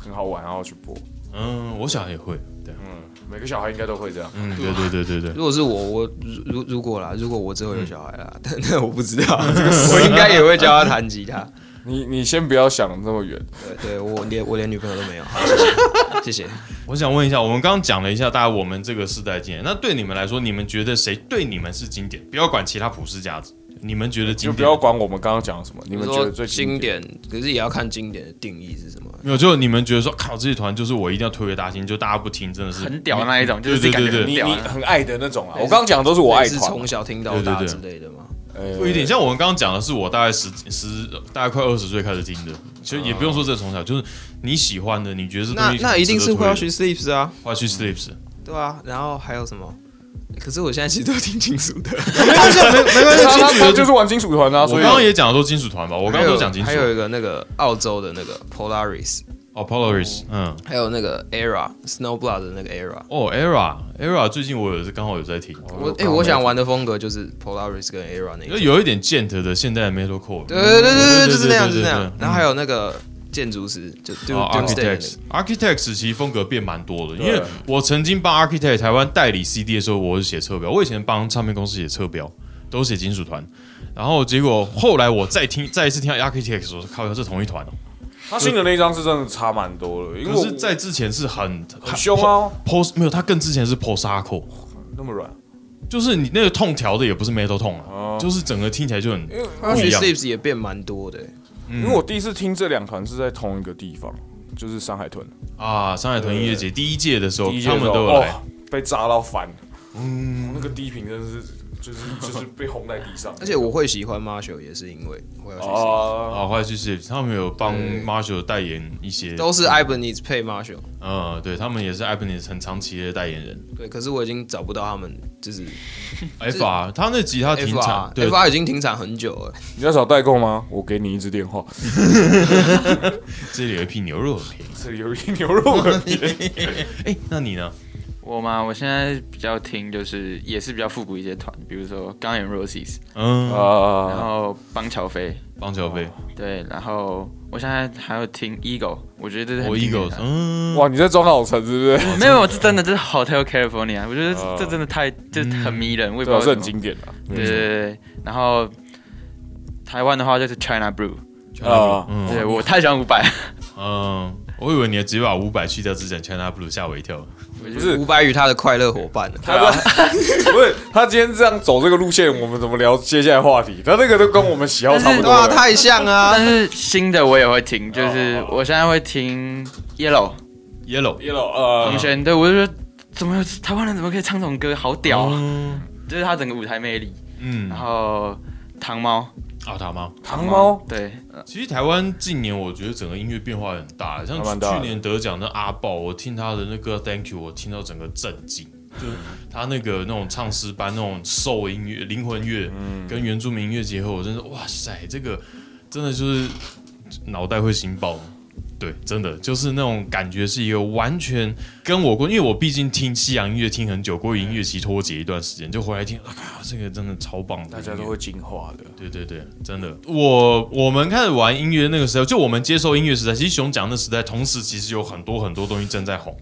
S2: 很好玩，然后去播。
S1: 嗯，我小孩也会，对，
S2: 嗯，每个小孩应该都会这样。
S1: 嗯，对对对对对，
S4: 如果是我，我如如如果啦，如果我之后有小孩啦，
S1: 嗯
S4: 但但我不知道，我应该也会教他弹吉他。
S2: 你你先不要想那么远，
S4: 对，对我连我连女朋友都没有， 好谢谢，谢谢。
S1: 我想问一下，我们刚刚讲了一下大概我们这个世代经典，那对你们来说，你们觉得谁对你们是经典？不要管其他普世价值，你们觉得
S2: 就
S1: 经
S2: 不
S1: 典
S2: 要？管我们刚刚讲什么，你
S4: 你
S2: 们觉得最
S4: 经
S2: 经典？
S4: 典，可是也要看经典的定义是什么。
S1: 没有，就你们觉得说，靠，这一团就是我一定要推给大家听，就大家不听，真的是
S3: 很屌的那一种，就是自
S1: 对
S3: 己感
S1: 对
S3: 觉
S1: 对
S3: 很
S2: 你
S3: 屌
S2: 你
S3: 的。
S2: 很爱的那种啊，我刚刚讲的都是我爱
S4: 是
S2: 团啊
S4: 从，小听到大之类的吗？
S2: 呃
S1: 有一点像我们刚刚讲的是，我大概十十，大概快二十岁开始听的，其实也不用说这从小，就是你喜欢的，你觉得这东
S4: 那
S1: 西
S4: 那一定是 w
S1: 花
S4: i
S1: 去
S4: s l e e p s 啊，
S1: 花去 sleeps，
S4: 对啊。然后还有什么？可是我现在其实都挺清楚的。
S2: 他他他就是玩金属团啊，
S1: 我
S2: 所
S1: 刚
S2: 以
S1: 刚也讲说金属团吧，我刚刚都讲金属
S4: 还有一个那个澳洲的那个 Polaris，
S1: 哦，Polaris，嗯，
S4: 还有那个 Era Snowblood 的那个 Era。
S1: 哦，Era，Era 最近我也是刚好有在听，
S4: 我哎、我想玩的风格就是 Polaris 跟 Era 那一
S1: 就
S4: 种。
S1: 有一点 gent 的现代 metalcore，
S4: 对
S1: 对
S4: 对对对
S1: 对
S4: 对，就是那样，就
S1: 对对
S4: 是那
S1: 对
S4: 样
S1: 对。
S4: 然后还有那个建筑师，就 Do
S1: 哦
S4: Doomsday 的
S1: Architects，Architects 其实风格变蛮多的，
S2: 对
S1: 因为我曾经帮 Architect 台湾代理 CD 的时候，我是写侧标，我以前帮唱片公司写侧标，都写金属团。然后结果后来我再听再一次听到 Architect 说，靠，是同一团哦。
S2: 他新的那一张是真的差蛮多了，因为
S1: 可
S2: 我
S1: 是，在之前是很
S2: 很凶啊
S1: p o s t 没有，他更之前是 Post Hardcore，
S2: 那么软，
S1: 就是你那个痛调的也不是 Metal 痛啊，
S2: 哦
S1: 就是整个听起来就很不一
S4: s
S1: 样
S4: l i p s 也变蛮多的、
S1: 嗯
S2: 因为我第一次听这两团是在同一个地方，就是上海豚，
S1: 啊。上海豚音乐节第一届的时候，
S2: 第一届
S1: 他
S2: 的时
S1: 们
S2: 候
S1: 都有来
S2: 哦。被炸到翻，嗯，那个低频真的是 就是就是被轰在地上，
S4: 而且我会喜欢 Marshall 也是因为我要去试、
S2: 啊，
S1: 啊，后来就是 Slipknot，他们有帮 Marshall 代言一些，
S4: 都是 Ibanez 配 Marshall，
S1: 呃，对他们也是 a b a n e z 很长期的代言人。
S4: 对，可是我已经找不到他们，就是
S1: F R 他那吉他停产，对
S4: FR，FR 已经停产很久了，
S2: 你要找代购吗？我给你一支电话，
S1: 这里有一批牛肉很便宜。
S2: 这里有一牛肉 很便宜，
S1: 哎，那你呢？
S3: 我嘛，我现在比较听就是也是比较复古一些团，比如说刚 n Roses，呃
S1: 嗯，
S3: 然
S2: 啊，
S3: 后邦乔飞，
S1: 邦乔飞，
S3: 对，然后我现在还有听 Eagle，我觉得这是很
S2: 哦
S1: 我
S3: 经
S1: Eagle，
S3: 典 的
S1: 嗯，
S2: 哇，你在装老陈是不是？
S3: 没有，我是真的，这是 Hotel California，我觉得
S2: 哦
S3: 这真的太就是很迷人，我也
S2: 对啊，
S3: 不知
S2: 嗯
S3: 道
S2: 是很
S3: 为什么
S2: 经典的
S3: 对对对对，然后台湾的话就是 China Blue，
S2: 啊，
S1: 嗯
S3: 呃对我太喜欢伍佰，
S1: 嗯，我以为你直接把五百去掉之前，China Blue 吓我一跳。
S2: 不 是啊
S4: 伍佰与 他的快乐伙伴了。啊
S2: 他的不是他今天这样走这个路线，我们怎么聊接下来话题？他那个都跟我们喜好差不
S4: 对
S2: 多
S4: 啊，
S2: 了。
S4: 太像 啊！
S3: 但是新的我也会听，就是我现在会听 Yellow，
S1: Yellow，
S2: Yellow，呃
S3: 同学，对我就觉得怎么有台湾人怎么可以唱这种歌，好屌啊！
S1: 嗯
S3: 就是他整个舞台魅力，
S1: 嗯，
S3: 然后糖猫，
S1: 啊，大妈。
S2: 糖猫，
S3: 对，
S1: 其实台湾近年，我觉得整个音乐变化很大，像
S2: 还蛮大的
S1: 去年得奖的阿豹，我听他的那个 Thank You，我听到整个震惊，就是他那个那种唱诗班那种 soul 音乐、灵魂乐
S2: 嗯
S1: 跟原住民音乐结合，我真的是哇塞，这个真的就是脑袋会心爆。对，真的就是那种感觉，是一个完全跟我过，因为我毕竟听西洋音乐听很久，国语音乐其实脱节一段时间，就回来听，啊，这个真的超棒的音乐，
S2: 大家都会进化的。
S1: 对对对，真的，我我们开始玩音乐那个时候，就我们接受音乐时代，其实熊讲那时代，同时其实有很多很多东西正在红，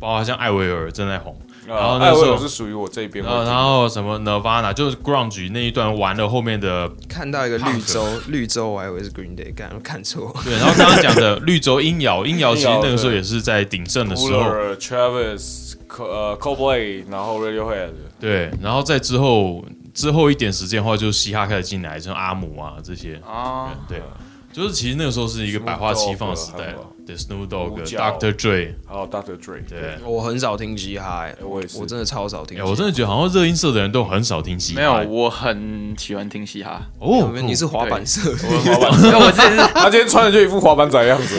S1: 包括像艾薇儿正在红，然后
S2: 啊艾
S1: 那
S2: 薇
S1: 时
S2: 儿
S1: 候
S2: 是。属于我这边，
S1: 呃，然后什么 Nirvana 就是 Grunge 那一段完了后面的
S4: 看到一个绿洲， 绿洲我还以为是 Green Day，干看错。
S1: 对，然后刚刚讲的绿洲音 摇，音摇其实那个时候也是在鼎盛的时候，
S2: Cooler、Travis、Co- 呃 Coldplay，然后 Radiohead，
S1: 对，然后再之后之后一点时间的话，就是嘻哈开始进来，像阿姆啊这些，
S3: 哦，
S1: 对，就是其实那个时候是一个百花齐放的时
S2: Snoop
S1: 代
S2: Dogg 啊，
S1: 对，Snoop
S2: 胡
S1: Dogg、
S2: 椒
S1: Dr. Dre，
S2: 还有 Dr. Dre。哎
S1: 对，
S4: 我很少听嘻哈、欸，
S2: 我也是
S4: 我真的超少听
S1: 哎、
S4: 嘻哈。
S1: 我真的觉得好像热音社的人都很少听嘻哈。
S3: 没有，我很喜欢听嘻哈，
S1: 哦，
S4: 你是滑板社的，
S2: 滑 板
S3: 因为我之前是
S2: 他今天穿的就一副滑板仔的样子，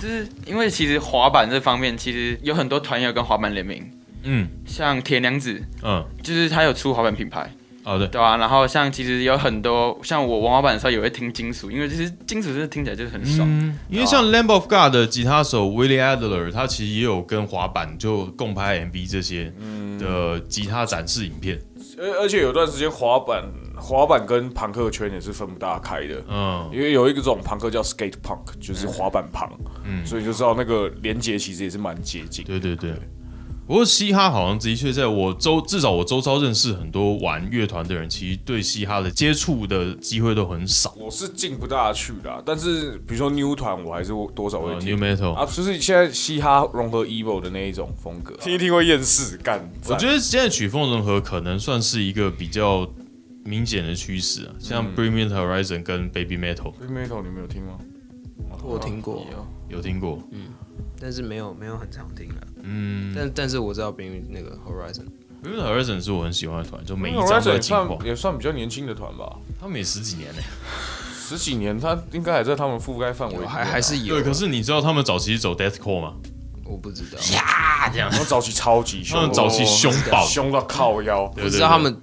S3: 就是因为其实滑板这方面，其实有很多团友跟滑板联名，
S1: 嗯
S3: 像铁娘子，
S1: 嗯，
S3: 就是他有出滑板品牌，
S1: 哦对，
S3: 对吧、啊然后像其实有很多像我玩滑板的时候也会听金属，因为其实金属真的听起来就是很爽。
S1: 嗯，因为像 Lamb of God 的吉他手 Willie Adler，他其实也有跟滑板就共拍 MV 这些的吉他展示影片。
S2: 而而且有段时间滑板滑板跟朋克圈也是分不大开的。
S1: 嗯，
S2: 因为有一个种朋克叫 skate punk，就是滑板旁，
S1: 嗯
S2: 所以就知道那个连接其实也是蛮接近。
S1: 对对对。不过嘻哈好像的确在我周，至少我周遭认识很多玩乐团的人，其实对嘻哈的接触的机会都很少。
S2: 我是进不大去啦，但是比如说 new 团，我还是多少会
S1: 呃
S2: 听、
S1: ，New Metal，
S2: 啊，就是现在嘻哈融合 emo 的那一种风格啊、听一听会厌世干。
S1: 我觉
S2: 得
S1: 得现在曲风融合可能算是一个比较明显的趋势啊，像
S2: 嗯
S1: Bring Me the Horizon 跟 Baby Metal
S2: new metal 你们有听吗？
S4: 我听过，
S1: 有听过，
S4: 但是没有没有很常听了。
S1: 嗯
S4: 但但是我知道冰与那个 Horizon，
S1: ，Bring Me the Horizon 是我很喜欢的团，就每一
S2: New
S1: 张都
S2: Horizon
S1: 在
S2: 也
S1: 进化
S2: 算，啊也算比较年轻的团吧，
S1: 他们也十几年呢、
S2: 十几年，他应该还在他们覆盖范围里
S4: 有
S2: 面啊。
S4: 还还是有啊，
S1: 对，可是你知道他们早期是走 Deathcore 吗？
S4: 我不知道，
S1: 啊，这样，
S2: 他们早期超级凶，哦
S1: 他们早期凶爆，
S2: 凶到靠腰。
S1: 对
S4: 我
S1: 对
S4: 知
S1: 对，
S4: 道他们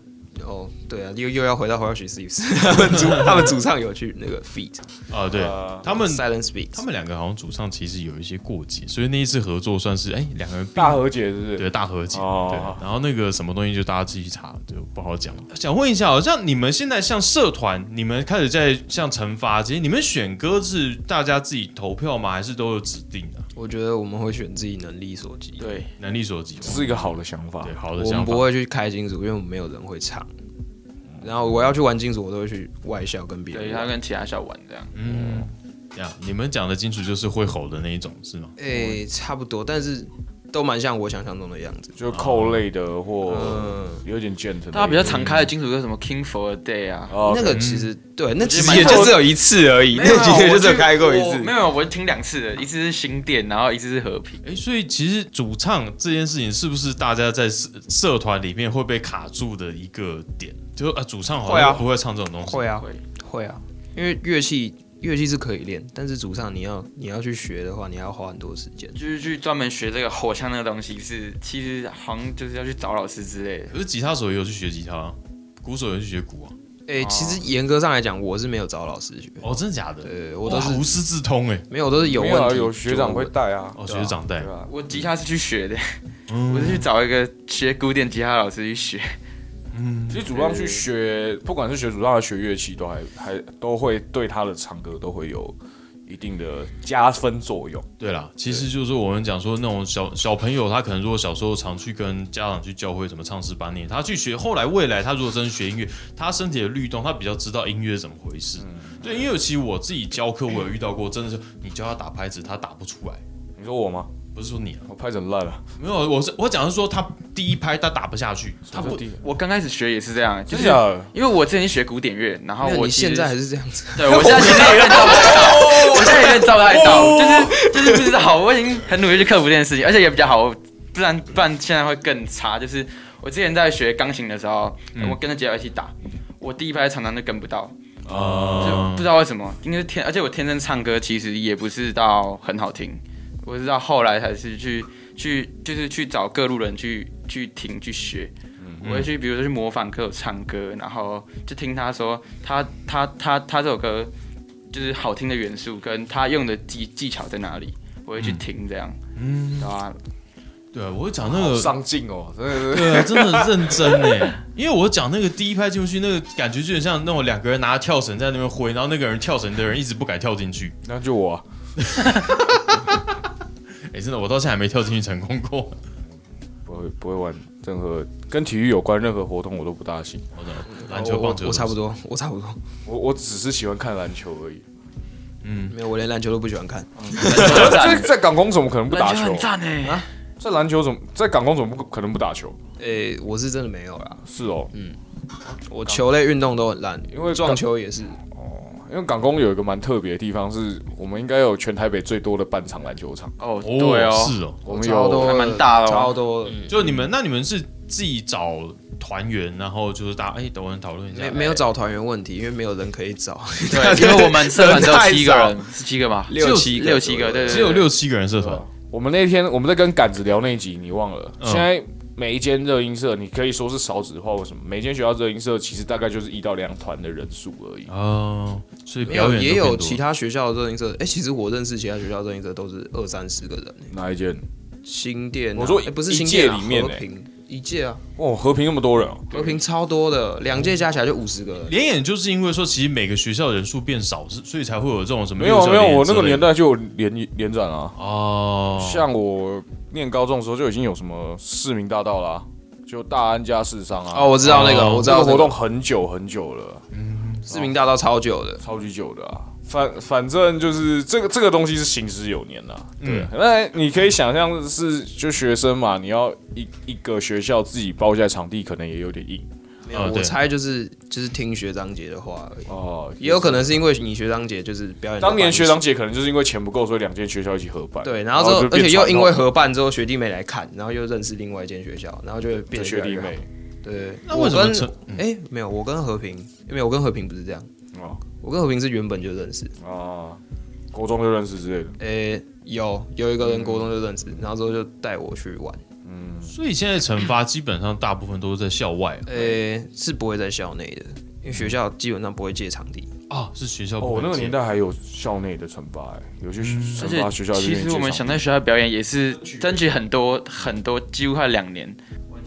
S4: 哦，对啊，又又要回到 h o r i s e 他们 主他们主唱有去那个 Feet，
S1: 啊，对
S2: 呃
S1: 他们。
S4: Silent Speak，
S1: 他们两个好像主唱其实有一些过节，所以那一次合作算是哎两、个人并
S2: 大和解是不是？
S1: 对大和解，
S2: 哦
S1: 对，然后那个什么东西就大家自己去查，就不好讲了。想问一下哦，像你们现在像社团，你们开始在像惩罚这些，你们选歌是大家自己投票吗？还是都有指定的、
S4: 我觉得我们会选自己能力所及，啊
S3: 对，
S1: 能力所及？
S2: 这是一个好的想法
S1: 对，。好的
S4: 我
S1: 想
S4: 们
S1: 法
S4: 不。会去开金主，因为我们没有人会唱，然后我要去玩金属，我都会去外校跟别
S3: 对，
S4: 人
S3: 他
S4: 玩。
S3: 跟其他校玩这样。
S1: 嗯，这样你们讲的金属就是会吼的那一种是吗？
S4: 诶、差不多，但是都蛮像我想象中的样子。
S2: 就扣类的或
S1: 啊
S4: 嗯
S2: 有点 gent，
S3: 大家比较常开的金属歌什么 King for a Day 啊，
S2: 哦
S4: 那个其实对，那其
S3: 其
S4: 实
S3: 实
S4: 也
S3: 蛮
S4: 就只有一次而已，
S3: 没有
S4: 那
S3: 啊
S4: 其实
S3: 我
S4: 就只有
S3: 去
S4: 开过一
S3: 我
S4: 次
S3: 没。有，我听两次的，一次是新店，然后一次是和平。
S1: 哎、所以其实主唱这件事情是不是大家在社社团里面会被卡住的一个点？就啊，主唱好
S4: 会啊
S1: 像不会唱这种东西。
S4: 会啊
S3: 会，
S4: 会啊，因为乐器乐器是可以练，但是主唱你要你要去学的话，你要花很多时间。
S3: 就是去专门学这个吼腔那个东西是，其实好像就是要去找老师之类的。
S1: 可是吉他手也有去学吉他，鼓手也有去学鼓啊。
S4: 诶、其实严格上来讲，我是没有找老师学，
S1: 哦，真的假的？
S4: 对我都
S1: 哇
S4: 是
S1: 无师自通哎、
S4: 没有，我都是有
S2: 没有啊
S4: 问题
S2: 有学长
S4: 就
S2: 会
S4: 问
S2: 带啊，
S1: 哦，
S4: 对啊
S1: 学长带
S2: 对。啊，
S3: 我吉他是去学的，我
S1: 嗯
S3: 是去找一个学古典吉他的老师去学。
S1: 嗯
S2: 其实主唱去学，不管是学主唱还是学乐器，都还还都会对他的唱歌都会有一定的加分作用。
S1: 对啦，其实就是我们讲说那种小小朋友，他可能如果小时候常去跟家长去教会什么唱诗班念，他去学，后来未来他如果真的学音乐，他身体的律动，他比较知道音乐怎么回事。
S4: 嗯
S1: 对，因为其实我自己教课，我有遇到过，真的是你教他打拍子，他打不出来。
S2: 你说我吗？
S1: 不是说你啊，
S2: 我拍整烂了，
S1: 没有，我是我讲的是说他第一拍他打不下去，他不
S2: 真
S3: 我刚开始学也是这样，就是
S2: 假的
S3: 因为我之前是学古典乐，然后
S4: 没有
S3: 我
S4: 你
S3: 其实
S4: 现在还是这样子，
S3: 对我现在其实有点照不太到，我现在有点照不太到，就是就是不知道，我已经很努力去克服这件事情，而且也比较好，我不然不然现在会更差。就是我之前在学钢琴的时候，我跟着节奏一起打，我第一拍常常就跟不到，就
S1: 啊
S3: 不知道为什么，应该是天，而且我天生唱歌其实也不是到很好听，我是到后来才是去去就是去找各路人去去听去学。
S1: 嗯
S3: 我会去，比如说去模仿歌手唱歌，然后就听他说他他他他这首歌就是好听的元素跟他用的技技巧在哪里，我会去听这样，
S1: 嗯，
S3: 对吧？
S1: 对啊，我讲那
S2: 好
S1: 个
S2: 上进哦，真的是。
S1: 对啊，真的认真哎，因为我讲那个第一拍进不去，那个感觉就很像那种两个人拿跳绳在那边挥，然后那个人跳绳的人一直不敢跳进去。
S2: 那就我啊、
S1: 哎、真的，我到现在还没跳进去成功过。
S2: 不会不会玩任何跟体育有关任何活动，我都不大行。
S1: 我的篮球、
S4: 我
S1: 棒球，
S4: 我差不。多，我差不多，
S2: 我我只是喜欢看篮球而已。
S1: 嗯，
S4: 没有，我连篮球都不喜欢看。
S2: 在在港工怎么可能不打
S3: 篮球
S2: 球啊
S3: 很？赞哎、
S4: 啊
S2: 在篮球怎么在港工怎么不可能不打球？
S4: 诶、我是真的没有啦，
S2: 是哦，
S4: 我球类运动都很烂，
S2: 因为
S4: 撞球也是。
S2: 因为港工有一个蛮特别的地方，是我们应该有全台北最多的半场篮球场。
S3: 哦，
S1: 哦，
S3: 对哦，
S1: 是哦，
S2: 我们
S4: 超多
S2: 有
S3: 还
S4: 的，嗯
S3: 蛮大的哦
S4: 超多的，
S1: 就你们，那你们是自己找团员，然后就是大家哎、等我们讨论一下。
S4: 没没有找团员问题，因为没有人可以 找。
S3: 对，因为我们社团只有
S4: 人太
S3: 七个
S4: 少
S3: 人，是七个吧？
S4: 六
S3: 就
S4: 七个
S3: 六七个，对对，
S1: 只有六七个人社团
S2: 吧，我们那天我们在跟杆子聊那一集，你忘了？
S1: 嗯
S2: 现在每一间热音社，你可以说是少子化为什么？每间学校热音社其实大概就是一到两团的人数而已。
S1: 哦，所以
S4: 没
S1: 表
S4: 有，
S1: 演
S4: 也
S1: 都变
S4: 有
S1: 多
S4: 其他学校的热映社。哎、其实我认识其他学校的热映社都是二三十个人、欸
S2: 哪一间？
S4: 新店啊、
S2: 我说
S4: 诶不是
S2: 一
S4: 新店、啊、
S2: 届里面
S4: 和
S2: 欸
S4: 平一届啊，
S2: 哦，和平那么多人哦。
S4: 和平超多的，两届加起来就五十个人。
S1: 联演就是因为说，其实每个学校人数变少，是所以才会有这种什么
S2: 没有啊
S1: 六校
S2: 没有，
S1: 联演
S2: 我那个
S1: 之类
S2: 年
S1: 的
S2: 代就有联联展啊。
S1: 哦，
S2: 像我念高中的时候就已经有什么市民大道啦，就大安加市商啊。
S4: 哦，我知道那个，
S1: 哦
S4: 我知
S2: 这
S4: 道、
S2: 个
S4: 那
S2: 活动很久很久了，
S4: 市民大道超久的。
S2: 超级久的啊。反反正就是这个这个东西是行之有年啦。对，那你可以想象是就学生嘛，你要一一个学校自己包下场地，可能也有点硬
S4: 没有，
S1: 哦
S4: 我
S1: 对
S4: 猜就是就是听学长姐的话而已。
S2: 哦。
S4: 也有可能是因为你学长姐就是表演，
S2: 当年学长姐可能就是因为钱不够，所以两间学校一起合办。
S4: 对，然后之后
S2: 就
S4: 而
S2: 变
S4: 且又因为
S2: 传统
S4: 合办之后学弟妹来看，然后又认识另外一间学校，然后就会变
S2: 的
S4: 得
S2: 学
S4: 越来
S2: 弟
S4: 越好
S2: 妹，
S4: 对，
S1: 那
S4: 我
S1: 为什么嗯
S4: 跟
S1: 成
S4: 哎、没有，我跟和平，没有，我跟和平不是这样。
S2: 哦
S4: 我跟和平是原本就认识，
S2: 啊，国中就认识之类的。
S4: 哎、有有一个
S2: 嗯
S4: 人国中就认识，然后之后就带我去玩，
S1: 所以现在惩罚基本上大部分都是在校外
S4: 哎、是不会在校内的，因为学校基本上不会借场地。
S1: 啊，啊是学校
S2: 哦，
S1: 不
S2: 我
S1: 会
S2: 那个年
S1: 借
S2: 代还有校内的惩罚、欸，有些
S3: 嗯而
S2: 惩罚学
S3: 且
S2: 校就
S3: 其
S2: 给你
S3: 实
S2: 借
S3: 我们
S2: 场
S3: 想在学校表演也是争取很多很多，几乎快两年。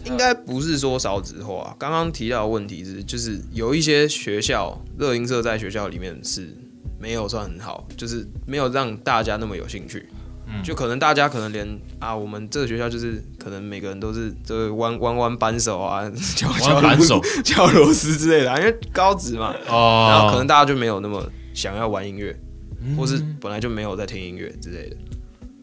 S4: 应该不是说少子化，刚刚提到的问题是，就是有一些学校乐音社在学校里面是没有算很好，就是没有让大家那么有兴趣。
S1: 嗯
S4: 就可能大家可能连啊，我们这个学校就是可能每个人都是这弯弯弯扳手啊， 敲敲
S1: 弯扳手、
S4: 敲螺丝之类的啊、因为高职嘛，
S1: 哦，
S4: 然后可能大家就没有那么想要玩音乐，或
S1: 嗯
S4: 是本来就没有在听音乐之类的。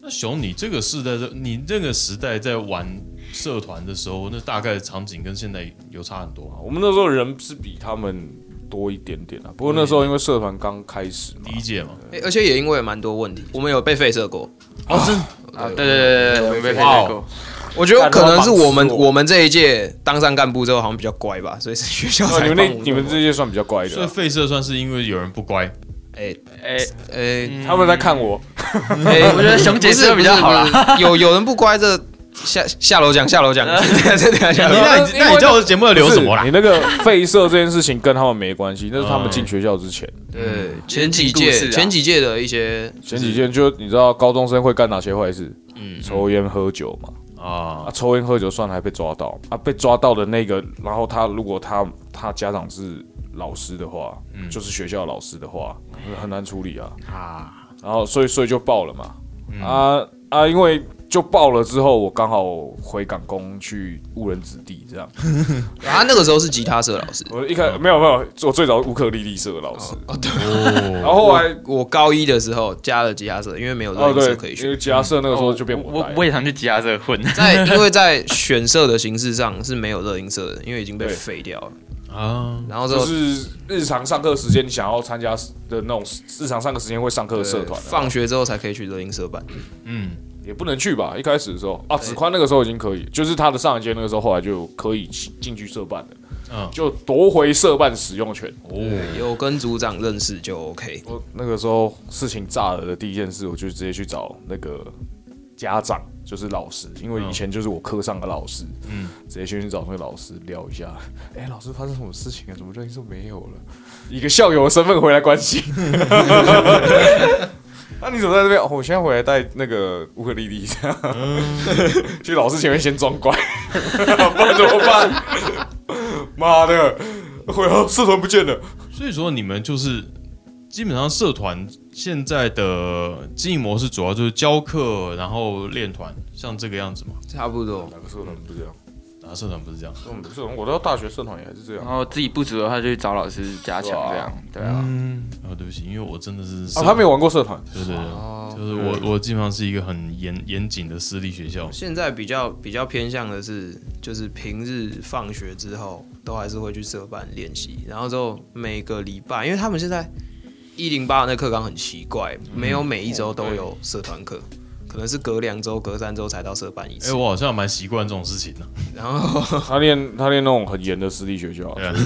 S1: 那熊，你这个时代的你这个时代在玩社团的时候，那大概场景跟现在有差很多啊。
S2: 我们那时候人是比他们多一点点啊，不过那时候因为社团刚开始嘛
S1: 第，一届嘛，
S4: 诶而且也因为蛮多问题，我们有被废射过。
S1: 哦，真
S3: 啊，对对对对对，我们被配
S1: 哇哦
S3: 过，
S4: 我觉得可能是我
S2: 干他妈绑
S4: 们
S2: 死我
S4: 我们这一届当上干部之后好像比较乖吧，所以是学校
S2: 哦
S4: 才
S2: 你们
S4: 帮我
S2: 那你们这些算比较乖
S1: 所以
S2: 的啊，
S1: 废社算是因为有人不乖，
S4: 哎
S3: 哎，
S4: 哎
S2: 他们在看我，
S1: 嗯
S4: 哎，
S3: 我觉得熊姐
S4: 不
S3: 是
S4: 是
S3: 比较好啦。
S4: 不 是有有人不乖这下下楼讲下 楼讲， 真的真
S1: 那
S4: 的
S2: 那
S1: 你
S2: 因为
S1: 那你叫我节目要留什么
S2: 不是
S1: 啦
S2: 你？那个废社这件事情跟他们没关系，那是他们进学校之前。
S1: 嗯
S4: 对前
S3: 听
S4: 几
S3: 故事
S4: 届
S3: 啊
S4: 前几届的一些
S2: 前几天就你知道高中生会干哪些坏事？
S4: 嗯
S2: 抽烟喝酒嘛。啊
S1: 啊，，
S2: 抽烟喝酒算了还被抓到啊，被抓到的那个，然后他如果他他家长是老师的话，就是学校老师的话，很难处理啊然后所以所以就报了嘛，啊啊，因为就报了之后，我刚好回港工去误人子弟这样。
S4: 他那个时候是吉他社老师，
S2: 我一开没有没有，我最早是乌克丽丽社的老师，
S1: 哦，
S2: 然后后来
S4: 我高一的时候加了吉他社，因为没有热
S2: 哦
S4: 音社可
S2: 对
S4: 以，
S2: 因
S4: 选。
S2: 为吉他社那个时候就变
S3: 哦我
S2: 我
S3: 我
S2: 带
S3: 我也常去吉他社混，
S4: 在 因为在选社的形式上是没有热音社的，因为已经被废掉了。
S1: 啊，
S4: 然后之
S2: 就
S4: 后
S2: 是日常上课时间，你想要参加的那种日常上课时间会上课的社团啊
S4: 对
S2: 的，
S4: 放学之后才可以去热音社办。
S1: 嗯，
S2: 也不能去吧？一开始的时候啊，子宽那个时候已经可以，就是他的上一届那个时候，后来就可以进去社办了，
S1: 嗯
S2: 就夺回社办使用权。
S1: 哦，
S4: 有跟组长认识就 OK。
S2: 我那个时候事情炸了的第一件事，我就直接去找那个家长，就是老师，因为以前就是我课上的老师，嗯，直接先去找那个老师聊一下。哎、老师发生什么事情啊？怎么认识没有了？以一个校友的身份回来关心。那、你怎么在这边？哦，我现在回来带那个乌克丽丽，这样、去老师前面先装乖， 不然怎么办？妈的，回来社团不见了。
S1: 所以说你们就是基本上社团现在的经营模式主要就是教课，然后练团，像这个样子嘛。
S4: 差不多，
S2: 哪个社团不是这样？
S1: 啊，社团不是这样，
S2: 嗯，不是，我到大学社团也还是这样
S3: 然。
S4: 哦
S3: 后自己不足的话就去找老师加强这样，对啊，
S1: 嗯，啊，对不起，因为我真的是社
S2: 啊，他没有玩过社团，
S1: 对对对，就是我我基本上是一个很严严谨的私立学校，
S4: 现在比较比较偏向的是，就是平日放学之后都还是会去社办练习，然后之后每个礼拜，因为他们现在一零八那课纲很奇怪，没有每一周都有社团课。可能是隔两周、隔三周才到社办一
S1: 哎、
S4: 次，
S1: 我好像蛮习惯这种事情的、
S4: 然后
S2: 他念他念那种很严的私立学校，
S1: 对啊
S2: 所以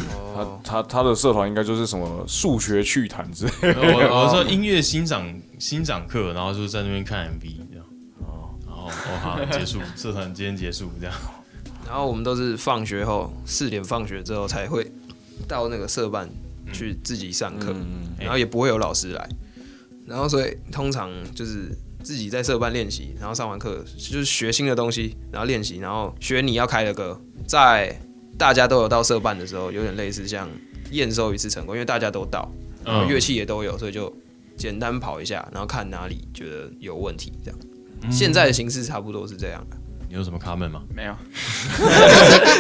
S2: 他他他的社团应该就是什么数学趣谈之类的。
S1: 我我说音乐欣赏欣赏课，然后就是在那边看 MV 这样。然后哦好，结束社团今天结束这样。
S4: 然后我们都是放学后四点放学之后才会到那个社办去自己上课，然后也不会有老师来，然后所以通常就是自己在社办练习，然后上完课就是学新的东西，然后练习，然后学你要开的歌，在大家都有到社办的时候，有点类似像验收一次成果，因为大家都到，然
S1: 嗯
S4: 后乐器也都有，所以就简单跑一下，然后看哪里觉得有问题这样。现在的形式差不多是这样，
S1: 嗯你有什么 comment 吗？啊
S3: 没有，啊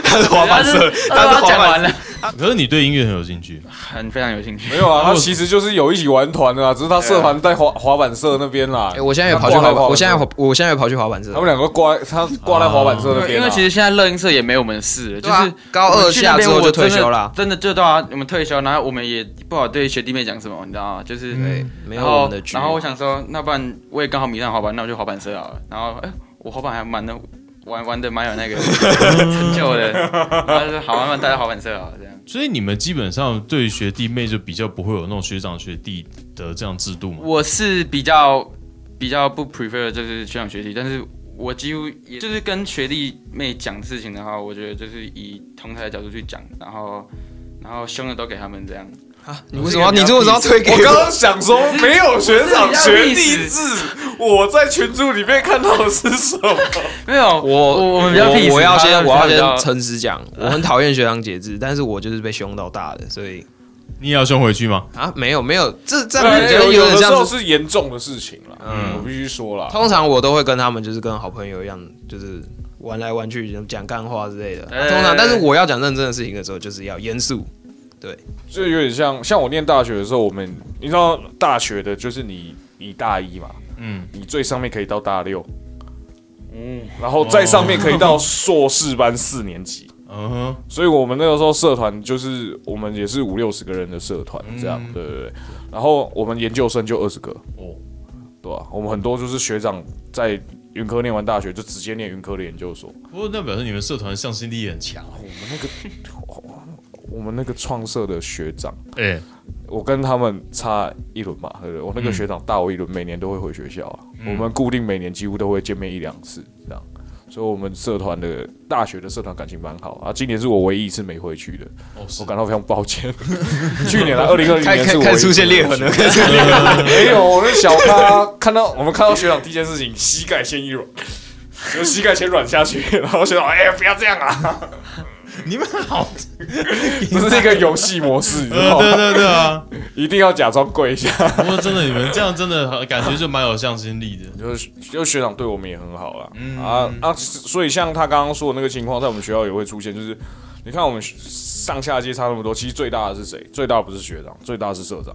S4: 他是滑板社，
S3: 他
S4: 他是滑
S3: 讲
S4: 板
S3: 完了，
S1: 可是你对音乐很有兴趣，
S3: 很非常有兴趣
S2: 没。有啊，他其实就是有一起玩团的啊，只是他社团在滑滑板社那边啦
S4: 哎、。我现在也跑去滑
S2: 他挂
S4: 板，
S2: 在
S4: 我现在跑，我现在也跑去滑板社
S2: 他。们两个挂他挂在滑板社那
S3: 对
S2: 边
S3: 因
S2: 啊，
S3: 为其实现在乐音社也没我们的事了，就
S4: 对啊
S3: 是
S4: 高二下之后就退休啦
S3: 我去那边我真的真的就到啊，我们退休，然后我们也不好对学弟妹讲什么，你知道吗？就是
S2: 嗯
S4: 对，没
S3: 然
S4: 有我
S3: 后
S4: 们的局。
S3: 然后我想说，那不然我也刚好迷上滑板，那我就滑板社好了。然后哎，我滑板还蛮的玩玩的蛮有那个成就的，然后就好慢慢带到滑板社好了这样。
S1: 所以你们基本上对学弟妹就比较不会有那种学长学弟的这样制度嘛？
S3: 我是比较比较不 prefer 就是学长学弟，但是我几乎也就是跟学弟妹讲事情的话，我觉得就是以同台的角度去讲，然后然后凶的都给他们这样。
S4: 啊你为什么要？你为什么要推给
S2: 我刚刚想说没有学长学弟制，我在群组里面看到的是什么？
S3: 没有，我
S4: 我
S3: 我们比较
S4: 我
S3: peace，
S4: 我要先
S3: 他们
S4: 我要
S3: 比较
S4: 先诚实讲，我很讨厌学长节制，但是我就是被凶到大的，所以
S1: 你也要凶回去吗？
S4: 啊，没有没有，这这样
S2: 对
S4: 我觉得
S2: 哎有
S4: 点
S2: 的时候
S4: 像是。
S2: 是严重的事情啦，嗯，我必须说啦，
S4: 通常我都会跟他们就是跟好朋友一样，就是玩来玩去，讲干话之类的。啊
S3: 哎
S4: 通常，但是我要讲认真的事情的时候，就是要严 肃。
S2: 就有点像像我念大学的时候，我们你知道大学的就是你你大一嘛，
S1: 嗯，
S2: 你最上面可以到大六，
S3: 嗯，
S2: 然后再上面可以到硕士班四年级。
S1: 嗯哼，
S2: 所以我们那个时候社团就是我们也是五六十个人的社团这样，对对对。然后我们研究生就二十个，
S1: 哦，
S2: 对吧、啊我们很多就是学长在云科念完大学就直接念云科的研究所。
S1: 不过那表示你们社团向心力也很强。啊
S2: 我们那个 我们那个创社的学长，
S1: 哎，
S2: 我跟他们差一轮嘛，对不对？我那个学长大我一轮，每年都会回学校啊、
S4: 嗯
S2: 我们固定每年几乎都会见面一两次这样。所以我们社团的大学的社团感情蛮好啊，今年是我唯一一次没回去的，
S1: 哦是
S2: 我，感到非常抱歉。 去年啊，二零二零
S4: 开
S2: 年
S4: 开
S2: 是我
S4: 开始出现裂痕了，开始
S2: 没有，我那小咖看到我们看到学长第一件事情，膝盖先一软，就膝盖先软下去，然后学长哎、不要这样啊，
S1: 你们好，
S2: 这是一个游戏模式，你知
S1: 呃
S2: 道
S1: 对
S2: 吗？
S1: 对对啊。
S2: 一定要假装跪一下。
S1: 不过真的，你们这样真的感觉就蛮有向心力的。
S2: 就是就学长对我们也很好啦，啊啊，所以像他刚刚说的那个情况，在我们学校也会出现，就是你看我们上下届差那么多，其实最大的是谁？最大的不是学长，最大的是社长。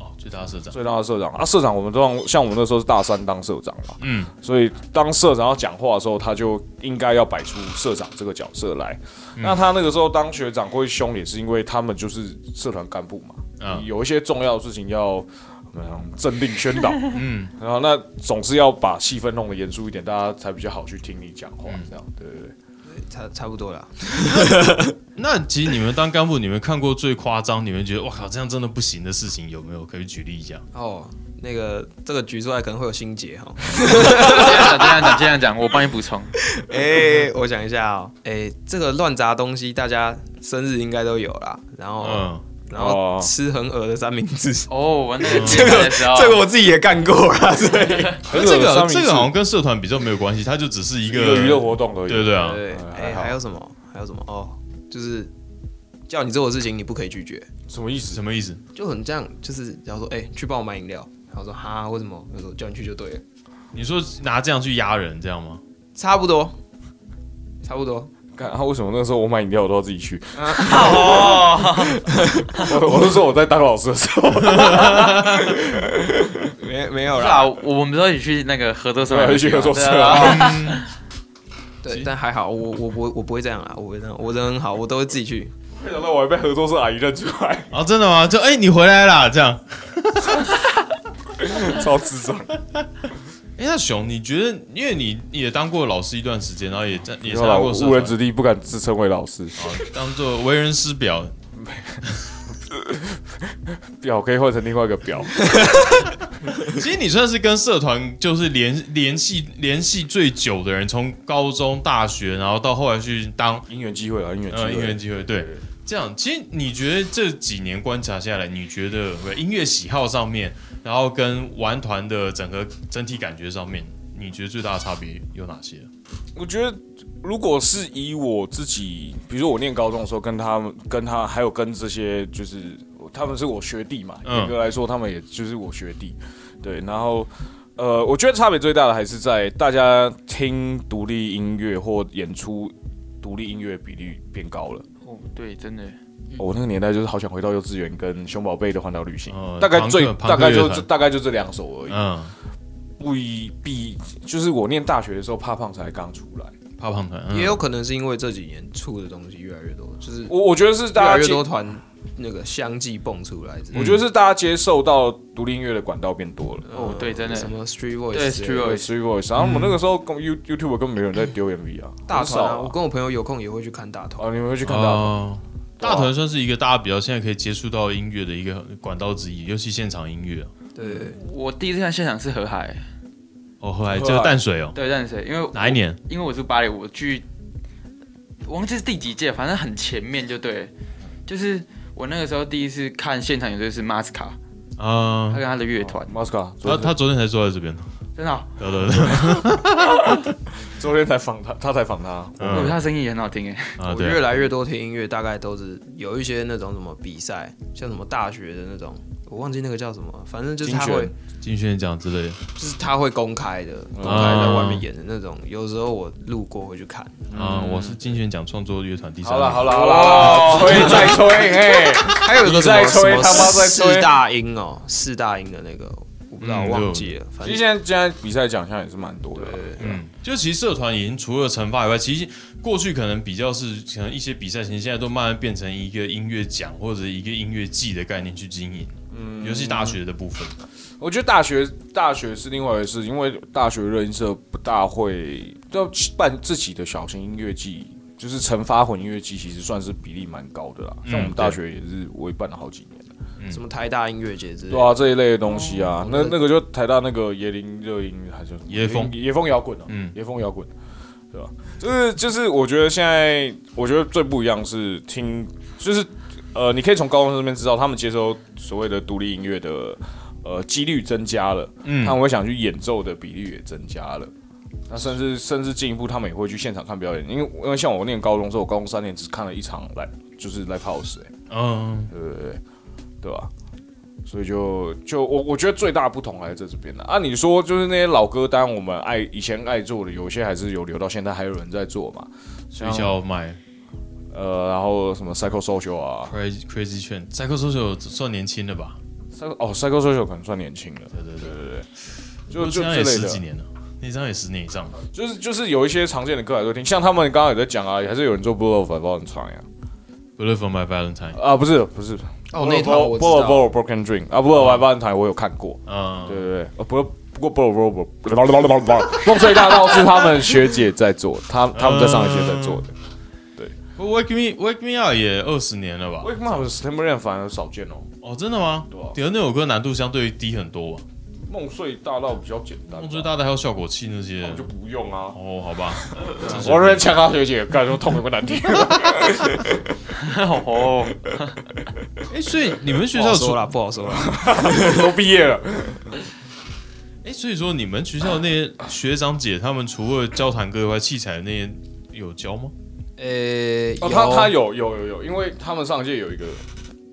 S1: 哦，最大的社长，
S2: 最大的社长啊，社长我们都让像我们那时候是大三当社长嘛，
S1: 嗯
S2: 嗯，所以当社长要讲话的时候，他就应该要摆出社长这个角色来。
S1: 嗯
S2: 那他那个时候当学长会凶，也是因为他们就是社团干部嘛，
S1: 嗯
S2: 有一些重要的事情要。嗯，政令宣导，
S1: 嗯
S2: 嗯， 然后那总是要把气氛弄得严肃一点，大家才比较好去听你讲
S1: 嗯
S2: 话，这样对对对。
S4: 差差不多了。
S1: 那其实你们当干部，你们看过最夸张，你们觉得哇靠，这样真的不行的事情有没有？可以举例一下？
S4: 哦，那个这个举出来可能会有心结哦哈。
S3: 这样讲，这样讲，这样讲，我帮你补充。
S4: 哎、我想一下哦，哎、这个乱砸东西，大家生日应该都有啦。然后，
S1: 嗯，
S4: 然后
S2: 哦
S4: 吃很恶的三明治，
S3: 哦，我那个
S4: 这
S3: 这
S4: 个
S3: 的时候，
S4: 这个我自己也干过啦，所以
S1: 可是这
S2: 上
S1: 个
S2: 一次
S1: 这个好像跟社团比较没有关系，它就只是一
S2: 一
S1: 个
S2: 个娱乐，活动而已，嗯
S1: 对对啊，
S4: 对，哎、
S2: 还好
S4: 还有什么？还有什么？哦，就是叫你做的事情，你不可以拒绝，
S2: 什么意思
S1: 什？么意思？
S4: 就很这样，就是然后说，哎、去帮我买饮料，然后说哈，为什么？我说叫你去就对了，
S1: 你说拿这样去压人，这样吗？
S4: 差不多，差不多。
S2: 看啊他为什么那时候我买饮料我都要自己去？
S3: 哦，
S2: 我我是说我在当老师的时候，
S4: 没没有
S3: 是啊，，我们都一起去那个合作 社，
S2: 对去合作社
S3: 对啊，
S4: 对，但还好，我我不会我不会这样啊，我不会这样，我人很好，我都会自己去。
S2: 没想到我还被合作社阿姨认出 来，
S1: 啊，真的吗？就哎、你回来啦，这样。
S2: 超智障。
S1: 哎、那熊，你觉得，因为你你也当过老师一段时间，然后也在也
S2: 你
S1: 参
S2: 说
S1: 加
S2: 老
S1: 过社
S2: 无人
S1: 团，
S2: 子弟不敢自称为老师，
S1: 好当做为人师 表，
S2: 表可以换成另外一个表。
S1: 其实你算是跟社团就是联联系联系最久的人，从高中、大学，然后到后来去当
S2: 姻缘机会啊，姻缘机
S1: 呃
S2: 会，
S1: 音乐机会，对，这样。其实你觉得这几年观察下来，你觉得不是音乐喜好上面，然后跟玩团的整个整体感觉上面，你觉得最大的差别有哪些？
S2: 我觉得如果是以我自己，比如说我念高中的时候，跟他们、跟他还有跟这些，就是他们是我学弟嘛，
S1: 嗯
S2: 严、格来说，他们也就是我学弟。对，然后呃，我觉得差别最大的还是在大家听独立音乐或演出独立音乐比例变高了。
S3: 哦对，真的，
S1: 嗯
S2: 我、那个年代就是好想回到幼稚园跟熊宝贝的环岛旅行，
S1: 哦
S2: 大概
S1: 朋克
S2: 最
S1: 朋克
S2: 大概就
S1: 乐
S2: 这
S1: 团
S2: 大概就这两首而已。
S1: 嗯，
S2: 不一必就是我念大学的时候，怕胖才刚出来。
S1: 怕胖团，嗯
S4: 也有可能是因为这几年出的东西越来越多，就是越
S2: 我我觉得是大
S4: 来
S2: 家
S4: 越
S2: 接
S4: 多团那个相继蹦出来之类的。嗯
S2: 我觉得是大家接受到独立音乐的管道变多了。
S3: 哦对，真
S4: 什
S3: 的，
S4: 么 Street Voice，
S3: 对
S4: 之类的
S3: Street Voice
S2: 对，Three Voice，然后我们那个时候跟 You YouTube 根本没有人在丢 MV 啊，
S4: 大
S2: 少
S4: 团啊，我跟我朋友有空也会去看大团。
S2: 啊，你们会去看到
S1: 哦，大团算是一个大家比较现在可以接触到音乐的一个管道之一，尤其现场音乐啊
S4: 对，
S3: 我第一次看现场是河海，
S1: 哦，后来
S2: 后
S1: 就
S2: 来
S1: 是淡水哦，
S3: 对，认识，因为
S1: 哪一年？
S3: 因为我住巴黎，我去，我忘记是第几届，反正很前面就对了，就是我那个时候第一次看现场演奏是 Masca，
S1: 啊
S3: 他跟，他的乐团，
S4: 哦
S2: Masca，
S1: 他
S2: 昨天
S1: 他昨天才坐在这边，
S3: 真的哦，
S1: 对对对，
S2: 昨天才访他，他才访他，
S3: 我觉
S1: 嗯
S3: 得他声音也很好听哎，
S1: 啊
S4: 我越
S1: 对啊，
S4: 来越多听音乐，大概都是有一些那种什么比赛，像什么大学的那种，我忘记那个叫什么，反正就是他
S2: 金
S4: 会
S2: 选，啊
S1: 金宣奖之类
S4: 就是他会公开的，公开在外面演的那种。有时候我路过会去看，
S1: 的啊，我是金宣奖创作乐团第三
S2: 好
S1: 名。
S2: 了好了好了好了，吹再吹，哎，
S4: 还有一个
S2: 你
S4: 什么
S2: 在吹
S4: 什么
S2: 他妈在吹
S4: 四大音哦，四大音的那个，我不知道
S1: 嗯
S4: 我忘记了，反
S2: 其实
S4: 正
S2: 现在现在比赛奖项也是蛮多的啊，
S1: 嗯，就其实社团已经除了惩罚以外，其实过去可能比较是可能一些比赛，其实现在都慢慢变成一个音乐奖或者一个音乐季的概念去经营。嗯，尤其大学的部分，
S2: 我觉得大学大学是另外一回事，因为大学热音社不大会要办自己的小型音乐季，就是成发混音乐季，其实算是比例蛮高的啦。
S1: 嗯
S2: 像我们大学也是我也办了好几年，
S4: 什么台大音乐节之类的
S2: 对啊这一类的东西啊，那
S4: 那
S2: 那个就台大那个椰林热音还是
S1: 哦椰风
S2: 野风摇滚啊，
S1: 嗯
S2: 野风摇滚，对吧？就是就是，我觉得现在我觉得最不一样是听，就是呃，你可以从高中生这边知道，他们接收所谓的独立音乐的呃几率增加了，
S1: 嗯
S2: 他们会想去演奏的比例也增加了。那甚至甚至进一步，他们也会去现场看表演，因为因为像我念高中的时候，我高中三年只看了一场来就是 live house，、欸、
S1: 嗯，
S2: 对对对，对吧？所以就就我我觉得最大的不同还是在这边的啊。你说就是那些老歌单，我们爱以前爱做的，有些还是有留到现在，还有人在做嘛。
S1: 学校买
S2: 呃，然后什么 Psycho Social 啊
S1: Crazy Crazy 券，赛克搜索算年轻的吧？
S2: ，Psycho 哦 Psycho Social 可能算年轻了，
S1: 对对对，
S2: 就就
S1: 这张
S2: 这
S1: 也
S2: 类
S1: 十几
S2: 的，
S1: 年了，那张也十年以上了。
S2: 就是就是有一些常见的歌还在听，像他们刚刚也在讲啊，还是有人做 Blue of Violent 呀，
S1: Bullet for My Valentine，
S2: 啊不是不是，
S4: 哦那一套我
S2: Blue
S4: 知道，
S2: of Broken Dream 啊 Blue of Violent 我有看过，对
S1: 嗯，
S2: 对对，呃，不过不过不不不不，风吹大道是他们学姐在做，他他们在上一届在做的。
S1: 不过 Wake Me Wake Me Up 也二十年了吧？
S2: 为什么 September Rain 反而少见哦？
S1: 哦，真的吗
S2: 对啊？
S1: 第二那首歌难度相对低很多啊吧？
S2: 梦碎大道比较简单吧，
S1: 梦最大的还有效果器那些
S2: 啊我。就不用啊。
S1: 哦，好 吧，
S2: 我这边呛他学姐，感觉痛有个难听。
S3: 哦，
S1: 哎，所以你们学
S4: 不
S1: 校
S4: 好
S1: 除
S4: 说了，不好说了。
S2: 哦都毕业了，
S1: 哎、所以说你们学校那些学长姐，他们除了教弹歌以外，器材那些有教 吗？
S4: 呃，
S2: 哦，他他有有有有，因为他们上一届有一个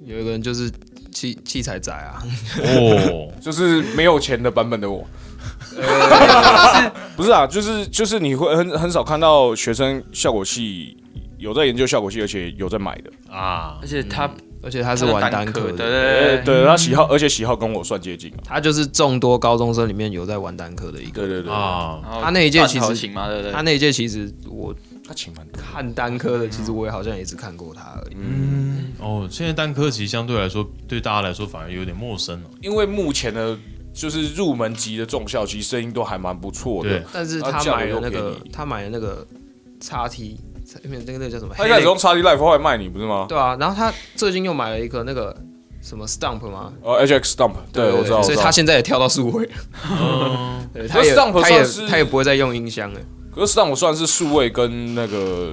S4: 有一个人就是器器材仔啊，
S1: 哦，
S2: 就是没有钱的版本的我。 不是啊，就是就是你会很很少看到学生效果器有在研究效果器，而且有在买的。
S1: 啊，
S3: 而且他
S4: 而且他
S3: 他
S4: 是玩单
S3: 科
S4: 科
S3: 的，
S4: 的，
S3: 对
S2: 呃，
S3: 对对，
S2: 对他喜好，而且喜好跟我算接近啊。
S4: 他就是众多高中生里面有在玩单科的一个。
S2: 对对对，
S1: 啊，
S3: 然后
S4: 他那一届其实
S3: 断头琴嘛，对不
S4: 他
S3: 对？
S4: 那一届其实我
S2: 他请蛮多。
S4: 看单科的，其实我也好像也只看过他而已。
S1: 嗯，哦，现在单科其实相对来说，对大家来说反而有点陌生了、
S2: 因为目前的，就是入门级的重校，其实声音都还蛮不错
S1: 对
S2: 的。，
S4: 但是
S2: 啊
S4: 他
S2: 价格
S4: 买了
S2: 又
S4: 那个
S2: 便宜，
S4: 他买了那个叉 T，没有那个那个叫什么？
S2: 他一开始用 x D Life 后来卖你不是吗？
S4: 对啊，然后他最近又买了一个那个什么 Stump 吗？
S2: 呃，HX Stump，对我知道，
S4: 所以
S2: 我知道
S4: 他现在也跳到数位，
S1: 嗯，
S4: 对，
S2: 可
S4: 他
S2: 是
S4: 也
S2: Stump
S4: 他也
S2: 算是
S4: 他也不会再用音箱了。
S2: 可是 Stump 算是数位跟那
S4: 嗯
S2: 个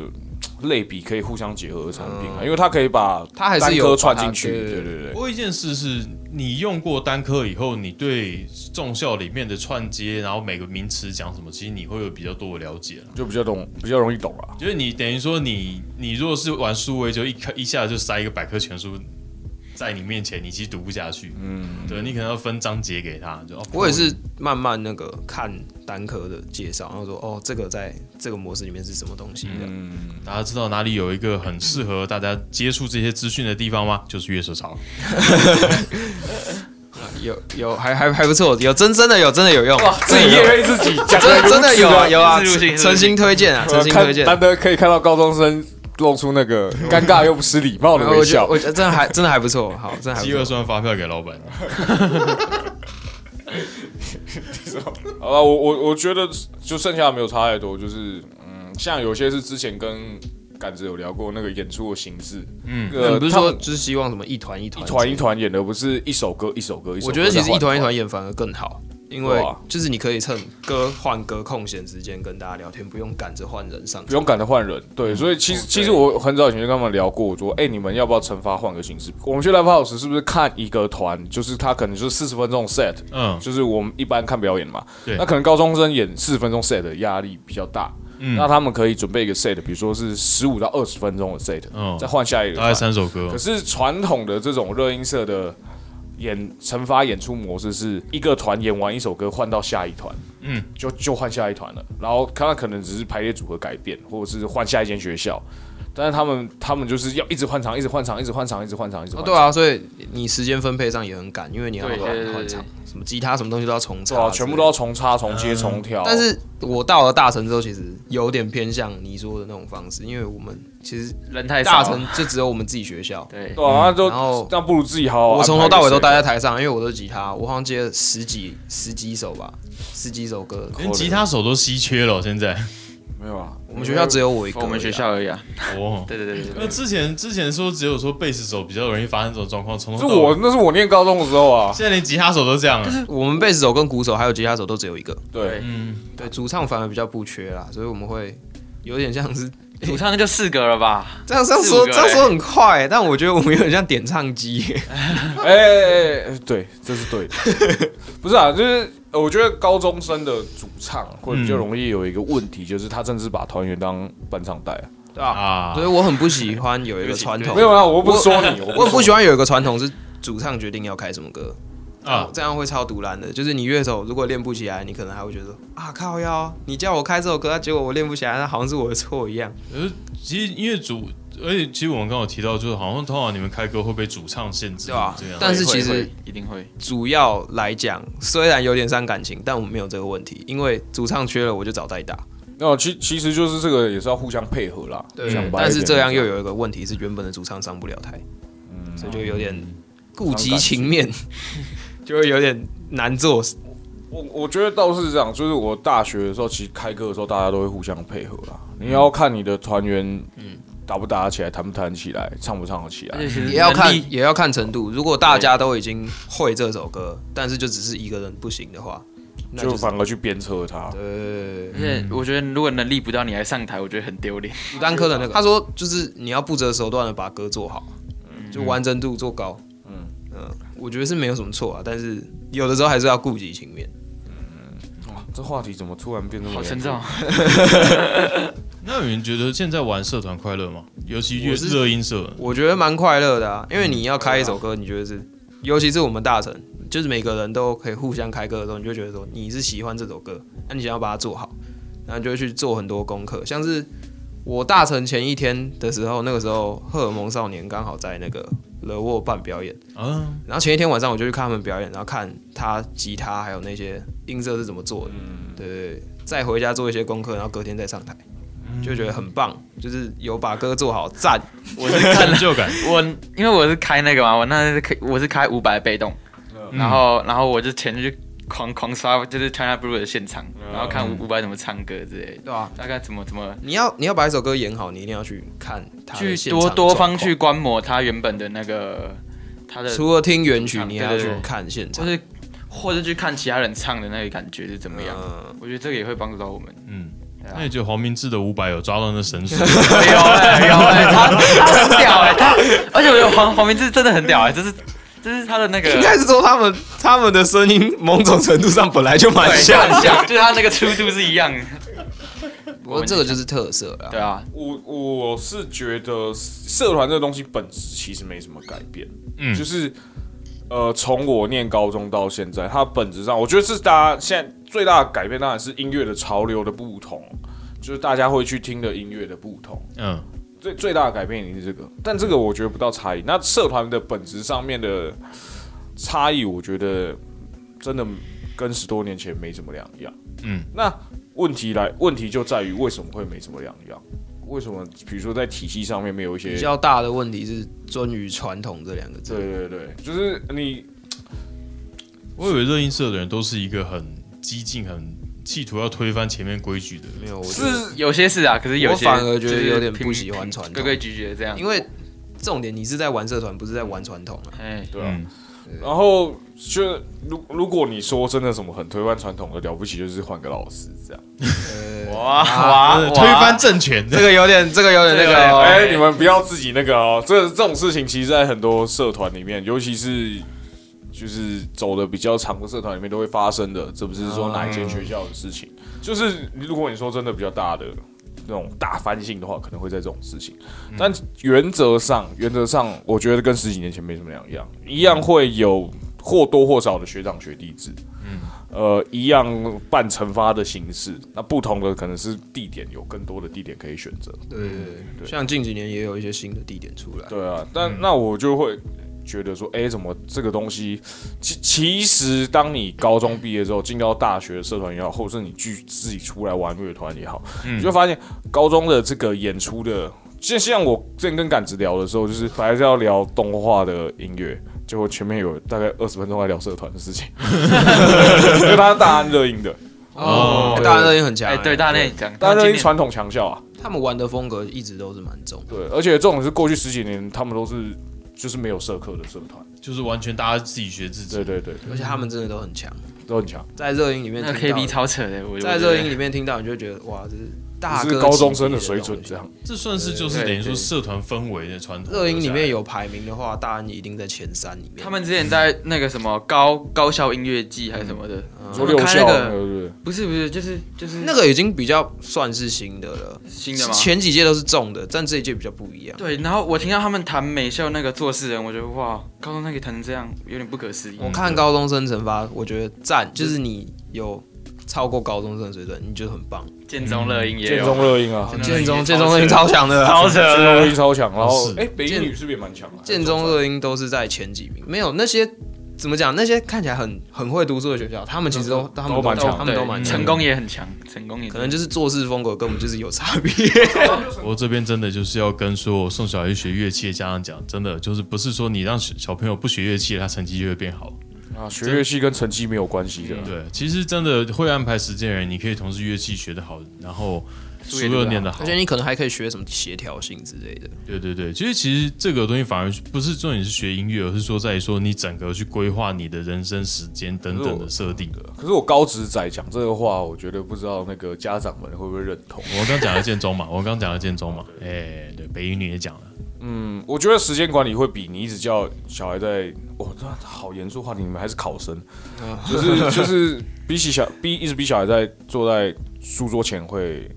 S2: 嘖类比可以互相结合的产品啊，因为它可以把
S4: 它还是
S2: 单
S4: 有
S2: 科
S4: 把
S2: 串
S4: 它
S2: 进去。
S4: 对对
S2: 对
S4: 对
S2: 对对，
S1: 不过一件事是你用过单科以后，你对重校里面的串接，然后每个名词讲什么，其实你会有比较多的了解了。
S2: 就比较懂，比较容易懂啊。
S1: 就是你等于说你你如果是玩数位，就一开一下就塞一个百科全书在你面前，你其实读不下去。嗯，对你可能要分章节给他。就、哦、
S4: 我也是慢慢那个看单科的介绍，然后说哦，这个在这个模式里面是什么东西的。
S1: 大家知道哪里有一个很适合大家接触这些资讯的地方吗？就是乐手潮。
S4: 有有还还还不错，有真真的有真的有用，
S2: 自己业配自己，讲
S4: 真的
S2: 得
S4: 真的有啊有啊，
S3: 自入性自入性
S4: 诚心推荐啊，诚心推荐。
S2: 难得可以看到高中生露出那个尴尬又不失礼貌的微
S4: 我觉得
S2: 笑。
S4: 我觉得真的还真的还不错，好，真的还
S1: 饥
S4: 不
S1: 饿
S4: 错。
S1: 算发票给老板。
S2: 好吧，我我我觉得就剩下的没有差太多，就是嗯，像有些是之前跟杆子有聊过那个演出的形式，嗯，
S4: 你不是
S2: 他
S4: 说
S2: 们
S4: 呃就是希望什么一团一团
S2: 一团一？团演的，不是一首歌一首歌一首歌，
S4: 我觉得其实一团
S2: 再换
S4: 一团演反而更好，因为
S2: 哇
S4: 就是你可以趁歌换歌空闲时间跟大家聊天，不用赶着换人上
S2: 不。用赶着换人，
S1: 嗯
S2: 对，所以其
S1: 哦
S2: 实其实我很早以前就跟他们聊过，我说，哎、你们要不要惩罚换个形式？我们去 live house 是不是看一个团，就是他可能就是四十分钟 set，
S1: 嗯
S2: 就是我们一般看表演嘛，
S1: 对
S2: 那可能高中生演四十分钟 set 的压力比较大，
S1: 嗯
S2: 那他们可以准备一个 set，比如说是十五到二十分钟的 set，、
S1: 嗯
S2: 再换下一个
S1: 大概
S2: 团。
S1: 三首歌
S2: 可，是传统的这种热音社的演惩罚演出模式是一个团演完一首歌换到下一团，
S1: 嗯，
S2: 就就换下一团了。然后看他可能只是排列组合改变，或者是换下一间学校，但是他们他们就是要一直换场，一直换场，一直换场，一直换场，一直
S4: 哦，
S2: 换
S4: 对
S2: 场。
S4: 啊，所以你时间分配上也很赶，因为你要
S3: 对对对
S4: 换
S3: 对
S4: 换场，什么吉他什么东西都要重
S2: 对啊，
S4: 唱，
S2: 全部都要。重插、重接、重调。
S4: 嗯但是我到了大城之后，其实有点偏向你说的那种方式，因为我们其实
S3: 人太
S4: 大
S3: 少，
S4: 城就只有我们自己学校，
S3: 对，
S2: 对啊，那就
S4: 嗯然后
S2: 那不如自己好好安排一
S4: 我
S2: 个 set。
S4: 从头到尾都待在台上，因为我都是吉他，我好像接了十几十几首吧，十几首歌。
S1: 连吉他手都稀缺了。现在，
S2: 没有啊，
S4: 我们学校只有我一个而已啊，
S3: 我们学校而已啊。
S1: 哦，
S3: 对对对对
S1: 那
S3: 对，
S1: 之前之前说只有说贝斯手比较容易发生这种状况，从
S2: 是
S1: 头到
S2: 我
S1: 尾，
S2: 那是我念高中的时候啊，
S1: 现在连吉他手都这样了。
S4: 我们贝斯手跟鼓手还有吉他手都只有一个，
S2: 对，
S1: 嗯，
S4: 对，主唱反而比较不缺啦，所以我们会有点像是
S3: 主唱就四个了吧？
S4: 这样这样
S3: 四五
S4: 说，
S3: 个
S4: 这样说很快、但我觉得我们有点像点唱机、
S2: 哎哎哎，哎对，这是对的，不是啊，就是呃我觉得高中生的主唱会比较容易有一个问题，就是他真的是把团员当伴唱带啊。
S4: 对吧、
S1: 啊
S4: 所以我很不喜欢有一个传统
S2: 没，有啊，我不是说你，
S4: 我
S2: 我
S4: 很不
S2: 不
S4: 喜
S2: 喜欢。
S4: 欢有一个传统是主唱决定要开什么歌，
S1: 啊，
S4: 这样会超独烂的。就是你乐手如果练不起来，你可能还会觉得啊靠腰，你叫我开这首歌，啊结果我练不起来，那好像是我的错一样。
S1: 呃，其实因为主，而且其实我们刚刚有提到，就是好像通常你们开歌会被主唱限制，
S4: 对啊
S1: 这样。
S4: 但是
S3: 会
S4: 其实
S3: 会一定会，
S4: 主要来讲，虽然有点伤感情，但我没有这个问题，因为主唱缺了我就找代打。
S2: 那哦其其实就是这个也是要互相配合啦。讲白一点
S4: 嗯但是这样又有一个问题是，原本的主唱上不了台，所以就有点顾及情面， 就会有点难做。
S2: 我我觉得倒是这样，就是我大学的时候，其实开歌的时候大家都会互相配合啦。你要看你的团员，嗯，打不打得起来，弹不弹得起来，唱不唱得起
S3: 而
S2: 来
S3: 且。其实
S4: 也要看
S3: 能力
S4: 也要看程度。如果大家都已经会这首歌，但是就只是一个人不行的话，那
S2: 就是反而去鞭策他，
S4: 呃
S3: 而且我觉得如果能力不到，你还上台，我觉得很丢脸。
S4: 古丹科的那个，他说就是你要不择手段的把歌做好，就完整度做高。嗯
S2: 嗯
S4: 我觉得是没有什么错啊，但是有的时候还是要顾及情面。
S2: 哇这话题怎么突然变那么
S3: 好
S2: 严
S3: 沉
S2: 肃
S3: 重，啊
S1: 哎那你们觉得现在玩社团快乐吗？尤其乐
S4: 我是
S1: 热音社，啊
S4: 我觉得蛮快乐的啊，因为你要开一首歌，你觉得是，尤其是我们大城，就是每个人都可以互相开歌的时候，你就觉得说你是喜欢这首歌，那你想要把它做好，然后你就会去做很多功课。像是我大城前一天的时候，那个时候荷尔蒙少年刚好在那个勒沃办表演，
S1: 啊，
S4: 然后前一天晚上我就去看他们表演，然后看他吉他还有那些音色是怎么做的，对对对，再回家做一些功课，然后隔天再上台，就觉得很棒，就是有把歌做好，赞。
S1: 我是成就感，
S3: 我因为我是开那个嘛，我那是开我是开五百被动，
S1: 嗯
S3: 然后然后我就前日就狂狂刷就是 China Blue 的现场，然后看五百怎么唱歌之类的，
S4: 对啊，
S3: 大概怎么怎么
S4: 你要你要把一首歌演好，你一定要去看它的
S3: 去
S4: 现
S3: 多
S4: 场
S3: 多方
S4: 状况
S3: 去。观摩他原本的那个他的，
S4: 除了听原曲，
S3: 场
S4: 你
S3: 对
S4: 也要
S3: 对
S4: 去
S3: 对
S4: 看现
S3: 就
S4: 场。嗯
S3: 是或者去看其他人唱的那个感觉是怎么样。我觉得这个也会帮助到我们。
S1: 嗯。那你觉得黄明志的五百有抓到那神速？
S3: 有哎、有哎、 他他很屌哎、他而且我觉得黄黄明志真的很屌哎、就是就是他的那个
S4: 应该是说他们他们的声音某种程度上本来就蛮
S3: 对，就
S4: 像
S3: 很，像，就是他那个粗度是一样的。
S4: 不过这个就是特色啦。
S3: 对啊，
S2: 我我是觉得社团这个东西本质其实没什么改变，
S1: 嗯
S2: 就是呃，从我念高中到现在，它本质上我觉得是大家现在最大的改变，当然是音乐的潮流的不同，就是大家会去听的音乐的不同。
S1: 嗯，
S2: 最最大的改变一定是这个，但这个我觉得不到差异。那社团的本质上面的差异，我觉得真的跟十多年前没什么两样。
S1: 嗯，
S2: 那问题来，问题就在于为什么会没什么两样？为什么比如说在体系上面没有一些
S4: 比较大的问题是尊于传统这两个字。
S2: 对对对，就是你
S1: 我以为热音社的人都是一个很激进、很企图要推翻前面规矩的
S4: 没有，我觉
S2: 是
S4: 得
S3: 有些是啊，可是有些
S4: 我反而觉得
S3: 就是
S4: 有点
S3: 平
S4: 不喜欢传统
S3: 规规矩矩的这样。
S4: 因为重点你是在玩社团，不是在玩传统啊。
S3: 哎，
S2: 对啊，
S1: 嗯
S2: 然后就如如果你说真的什么很推翻传统的了不起，就是换个老师这样。
S3: 哇
S4: 啊
S3: 哇
S1: 真的推翻政权
S4: 这个有点，这个有点那个哦，
S2: 哎、你们不要自己那个哦，这这种事情其实，在很多社团里面，尤其是就是走的比较长的社团里面都会发生的，这不是说哪一间学校的事情，就是如果你说真的比较大的那种大翻新的话，可能会在这种事情，但原则上，原则上，我觉得跟十几年前没什么两样，一样会有或多或少的学长学弟制。呃，一样半惩罚的形式，那不同的可能是地点有更多的地点可以选择。
S4: 对对对，像近几年也有一些新的地点出来，
S2: 对啊，
S3: 嗯
S2: 但那我就会觉得说，哎、怎么这个东西？其其实，当你高中毕业之后，进到大学的社团也好，或者是你去自己出来玩乐团也好，
S3: 嗯
S2: 你就发现高中的这个演出的，就像我之前跟杆子聊的时候，就是本来是要聊动画的音乐。结果前面有大概二十分钟在聊社团的事情， 因为他是大安热映的，
S1: 哦
S4: 哎大家都已经很强
S3: 哎，
S4: 了，
S3: 对，大家那讲，
S2: 大安热
S3: 今
S2: 映
S3: 年
S2: 传统强校啊，
S4: 他们玩的风格一直都是蛮重的，
S2: 对，而且这种是过去十几年他们都是就是没有社课的社团，
S1: 就是完全大家自己学自己
S2: 对。对
S3: 嗯
S2: 对，
S4: 而且他们真的都很强，
S2: 都很强。
S4: 在热音里面
S3: 那
S4: 听到
S3: KB 超扯的，我
S4: 在热音里面听到，你就觉得哇，这是大
S2: 只
S4: 哥
S2: 是高中生的水准这样。。
S1: 这算是就是
S3: 对
S1: 等于说
S3: 对
S1: 社团氛围的传统。
S4: 热音里面有排名的话，大安一定在前三里面。
S3: 他们之前在那个什么高高校音乐季还是什么的，
S2: 你
S3: 他
S2: 说
S3: 们
S2: 六
S3: 开那
S2: 校对
S3: 个
S2: 不对？
S3: 不是不是，就是就是
S4: 嗯那个已经比较算是新的了，
S3: 新的吗？
S4: 前几届都是重的，但这一届比较不一样。
S3: 对，然后我听到他们弹美秀那个做事人，我觉得哇，高中那个弹成这样有点不可思议。
S4: 我看高中生惩罚，我觉得
S3: 嗯
S4: 赞，就是你有超过高中生的水准，你就很棒。
S3: 建中乐音也
S2: 建
S3: 有
S2: 中，热音啊，
S4: 建中建
S3: 建
S4: 中
S3: 中
S4: 热音超强的啊，
S3: 超扯
S2: 建中
S3: 的
S2: 热音超强。然后
S1: 是
S2: 哎，北一
S4: 建
S2: 女是不是也蛮强啊？
S4: 建中热音都是在前几名，没有那些怎么讲，那些看起来很很会读书的学校，他们其实都他们
S2: 都蛮强
S4: 他们都
S3: 对
S4: 蛮强
S3: 成。功也很强，成功也
S4: 可能就是做事风格跟我们就是有差别。
S1: 我这边真的就是要跟说送小孩去学乐器的家长讲，真的就是不是说你让小小朋友不学乐器，他成绩就会变好。
S2: 啊，学乐器跟成绩没有关系
S4: 嗯
S2: 的。
S1: 对，其实真的会安排时间的人，你可以同时乐器学得好，然后
S3: 书
S1: 书
S3: 也读得
S1: 又念得好
S4: 而。且你可能还可以学什么协调性之类的。
S1: 对对对，其实其实这个东西反而不是重点是学音乐，而是说在于说你整个去规划你的人生时间等等的设定。
S2: 可是我高职仔讲这个话，我觉得不知道那个家长们会不会认同。
S1: 我刚讲了建中嘛，我刚讲了建中嘛，哎，对，北一女也讲了，
S2: 嗯，我觉得时间管理会比你一直叫小孩在，哇，那好严肃话题，你们还是考生，
S4: 嗯
S2: 就是就是比起小逼一直比小孩在坐在书桌前会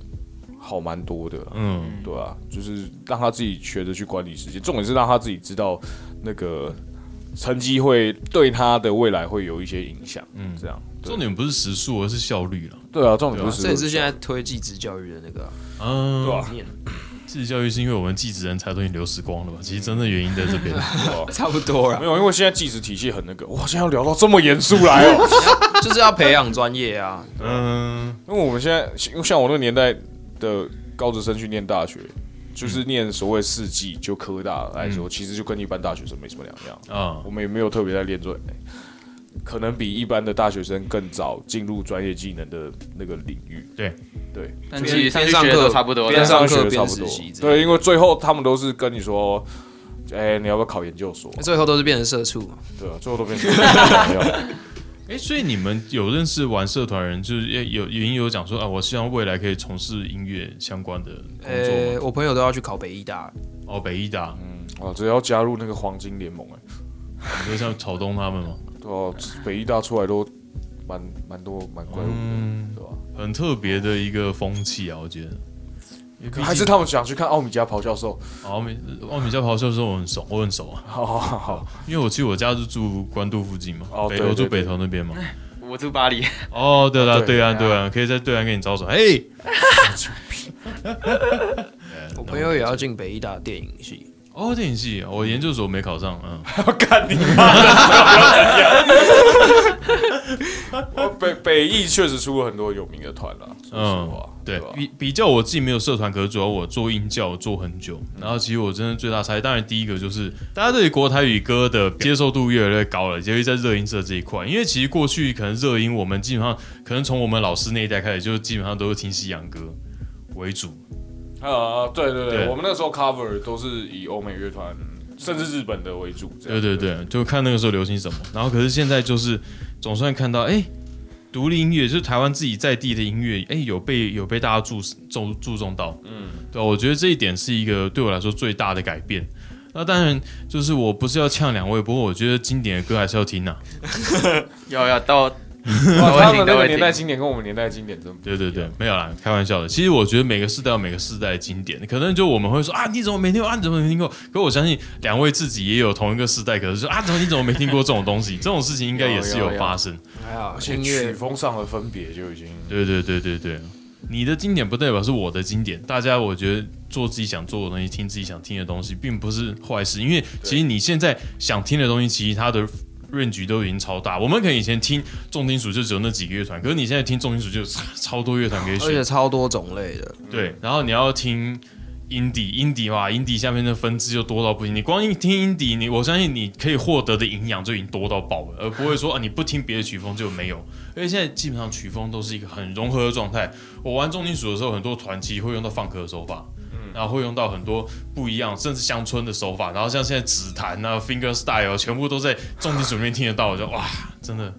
S2: 好蛮多的。
S1: 嗯，
S2: 对啊，就是让他自己学着去管理时间，重点是让他自己知道那个成绩会对他的未来会有一些影响。嗯，这样。对
S1: 重点不是时数，而是效率了。
S2: 对啊，重点就是
S4: 这也是现在推技职教育的那个啊
S1: 嗯，
S2: 对啊
S4: 理念，
S1: 自己教育是因为我们继职人才都已经流失光了吧？其实真正原因在这边。
S4: 差不多
S2: 没
S4: 啦，
S2: 有，因为现在计时体系很那个，哇，现在要聊到这么严肃来哦。
S4: 就是要培养专业啊。
S1: 嗯，
S2: 因为我们现在像像我那个年代的高职生去念大学，就是念所谓四技就科大来说，其实就跟一般大学生没什么两样。
S1: 啊，
S2: 我们也没有特别在练这，哎可能比一般的大学生更早进入专业技能的那个领域。
S1: 对
S2: 对，
S3: 但其实上
S4: 边
S3: 去
S4: 上
S3: 学的都
S4: 课
S3: 差不多
S4: 边
S3: 了。
S4: 上
S2: 学
S4: 课
S2: 差不
S4: 边
S2: 多
S4: 实习。之类的
S2: 对，因为最后他们都是跟你说，哎、你要不要考研究所、
S4: 最后都是变成社畜嘛，
S2: 对啊，最后都变成 没有
S1: 哎，所以你们有认识玩社团人，就是也有原因有讲说啊，我希望未来可以从事音乐相关的工作
S4: 呃，
S1: 吗。
S4: 我朋友都要去考北医大，
S1: 哦，北艺大，
S2: 哇，啊只要加入那个黄金联盟、哎，
S1: 你说像草东他们吗？
S2: 对啊，北医大出来都蛮蛮多蛮怪物的，
S1: 嗯
S2: 对啊吧、
S1: 很特别的一个风气啊，我觉得。因为毕竟哦
S2: 还是他们想去看奥米加咆哮兽？
S1: 奥米奥米加咆哮的时候，我很熟，我很熟啊，
S2: 好好好好，
S1: 因为我去我家是住关渡附近嘛，
S2: 哦
S1: 北
S2: 对
S1: 我住
S2: 对对
S1: 北投那边嘛。
S3: 我住巴黎，
S1: 哦，对了，
S2: 对
S1: 对岸
S3: 对啊
S1: 对岸，可以在对岸跟你招手，哎嘿。
S4: 我朋友也要进北医大电影系，
S1: 哦，电影系，
S2: 嗯
S1: 我研究所没考上， 嗯，
S2: 哦北北艺确实出了很多有名的团啦，说实话，
S1: 嗯
S2: 啊
S1: 对
S2: 吧？
S1: 比比较我自己没有社团，可是主要我做音教做很久，然后其实我真的最大差异，当然第一个就是大家对于国台语歌的接受度越来越高了，尤其在热音社这一块，因为其实过去可能热音我们基本上可能从我们老师那一代开始，就基本上都是听西洋歌为主，
S2: 啊，对对对，
S1: 对
S2: 我们那时候 cover 都是以欧美乐团甚至日本的为主。这样
S1: 对啊对，对，就看那个时候流行什么。然后可是现在就是总算看到，哎、独立音乐就是台湾自己在地的音乐，哎、有被有被大家注注注重到。嗯，对啊，我觉得这一点是一个对我来说最大的改变。那当然，就是我不是要呛两位，不过我觉得经典的歌还是要听啊。
S3: 要要到
S2: 哇
S3: 都会
S2: 他
S3: 听
S2: 们那
S3: 都
S2: 个
S3: 会
S2: 年代
S3: 听
S2: 经典跟我们年代经典真不
S1: 对对对，没有啦，开玩笑的。其实我觉得每个世代有每个世代的经典，可能就我们会说啊，你怎么没听过啊？你怎么没听过？可我相信两位自己也有同一个世代，可是说啊，怎么你怎么没听过这种东西？这种事情应该也是有发生。
S4: 还好
S2: 而且
S4: 音
S2: 曲
S4: 乐
S2: 风上的分别就已经
S1: 对对对对对，你的经典不代表是我的经典。大家我觉得做自己想做的东西，听自己想听的东西，并不是坏事。因为其实你现在想听的东西，其实它的 range 都已经超大。我们可能以前听重金属就只有那几个乐团，可是你现在听重金属就有 超超多乐团可以
S4: 而
S1: 选
S4: 且。超多种类的，
S1: 对，然后你要听 indie，indie 哇，indie 下面的分支就多到不行。你光一听 indie，你我相信你可以获得的营养就已经多到爆了，而不会说啊你不听别的曲风就没有。因为现在基本上曲风都是一个很融合的状态。我玩重金属的时候，很多团体会用到放克的手法。然后会用到很多不一样，甚至乡村的手法。然后像现在指弹啊、finger style，全部都在重金属里面听得到。我就哇，真的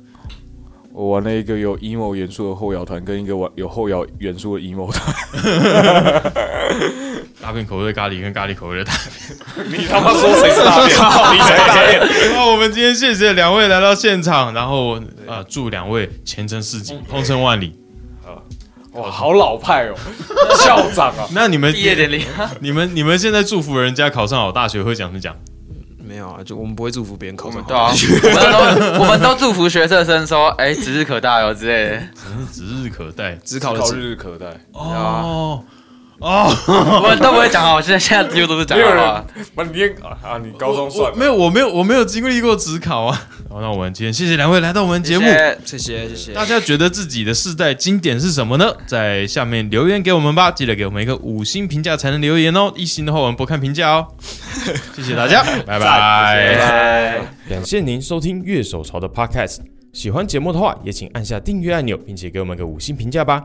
S2: 我玩了一个有 emo 元素的后摇团，跟一个玩有后摇元素的 emo 团。
S1: 大便口味的咖喱跟咖喱口味的大
S2: 你他妈说谁是 大便？你才大便！
S1: 那我们今天谢谢两位来到现场，然后啊，祝两位前程似
S3: 嗯
S1: 锦，鹏程万里。
S2: 哇，好老派哦， 校长啊！
S1: 那你们
S3: 毕业典礼啊，
S1: 你们你们现在祝福人家考上好大学会讲 什么讲？
S4: 没有啊，就我们不会祝福别人考
S3: 我
S4: 上
S3: 们
S4: 好
S3: 对 啊，
S4: 大学。
S3: 我们都我们都祝福学测生说，哎，指日可待哦之类的。
S1: 指日可待
S4: 只考
S2: 考
S4: 了
S2: 考
S4: 几
S2: 日日可待，
S1: 哦哦，
S3: 我们都不会讲好，现在现在 YouTube 都讲
S2: 没有
S3: 好
S2: 人
S3: 啊。
S2: 不，你连啊，你高中算
S1: 我没有我没有我没有经历过职考啊。好，那我们今天谢谢两位来到我们节目。
S3: 谢
S4: 谢
S3: 谢
S4: 谢谢谢，
S1: 大家觉得自己的世代经典是什么呢？在下面留言给我们吧，记得给我们一个五星评价才能留言哦。一星的话我们不看评价哦。谢谢 大家，拜拜。
S3: 拜。
S1: 感谢您收听乐手潮的 Podcast。喜欢节目的话，也请按下订阅按钮，并且给我们个五星评价吧。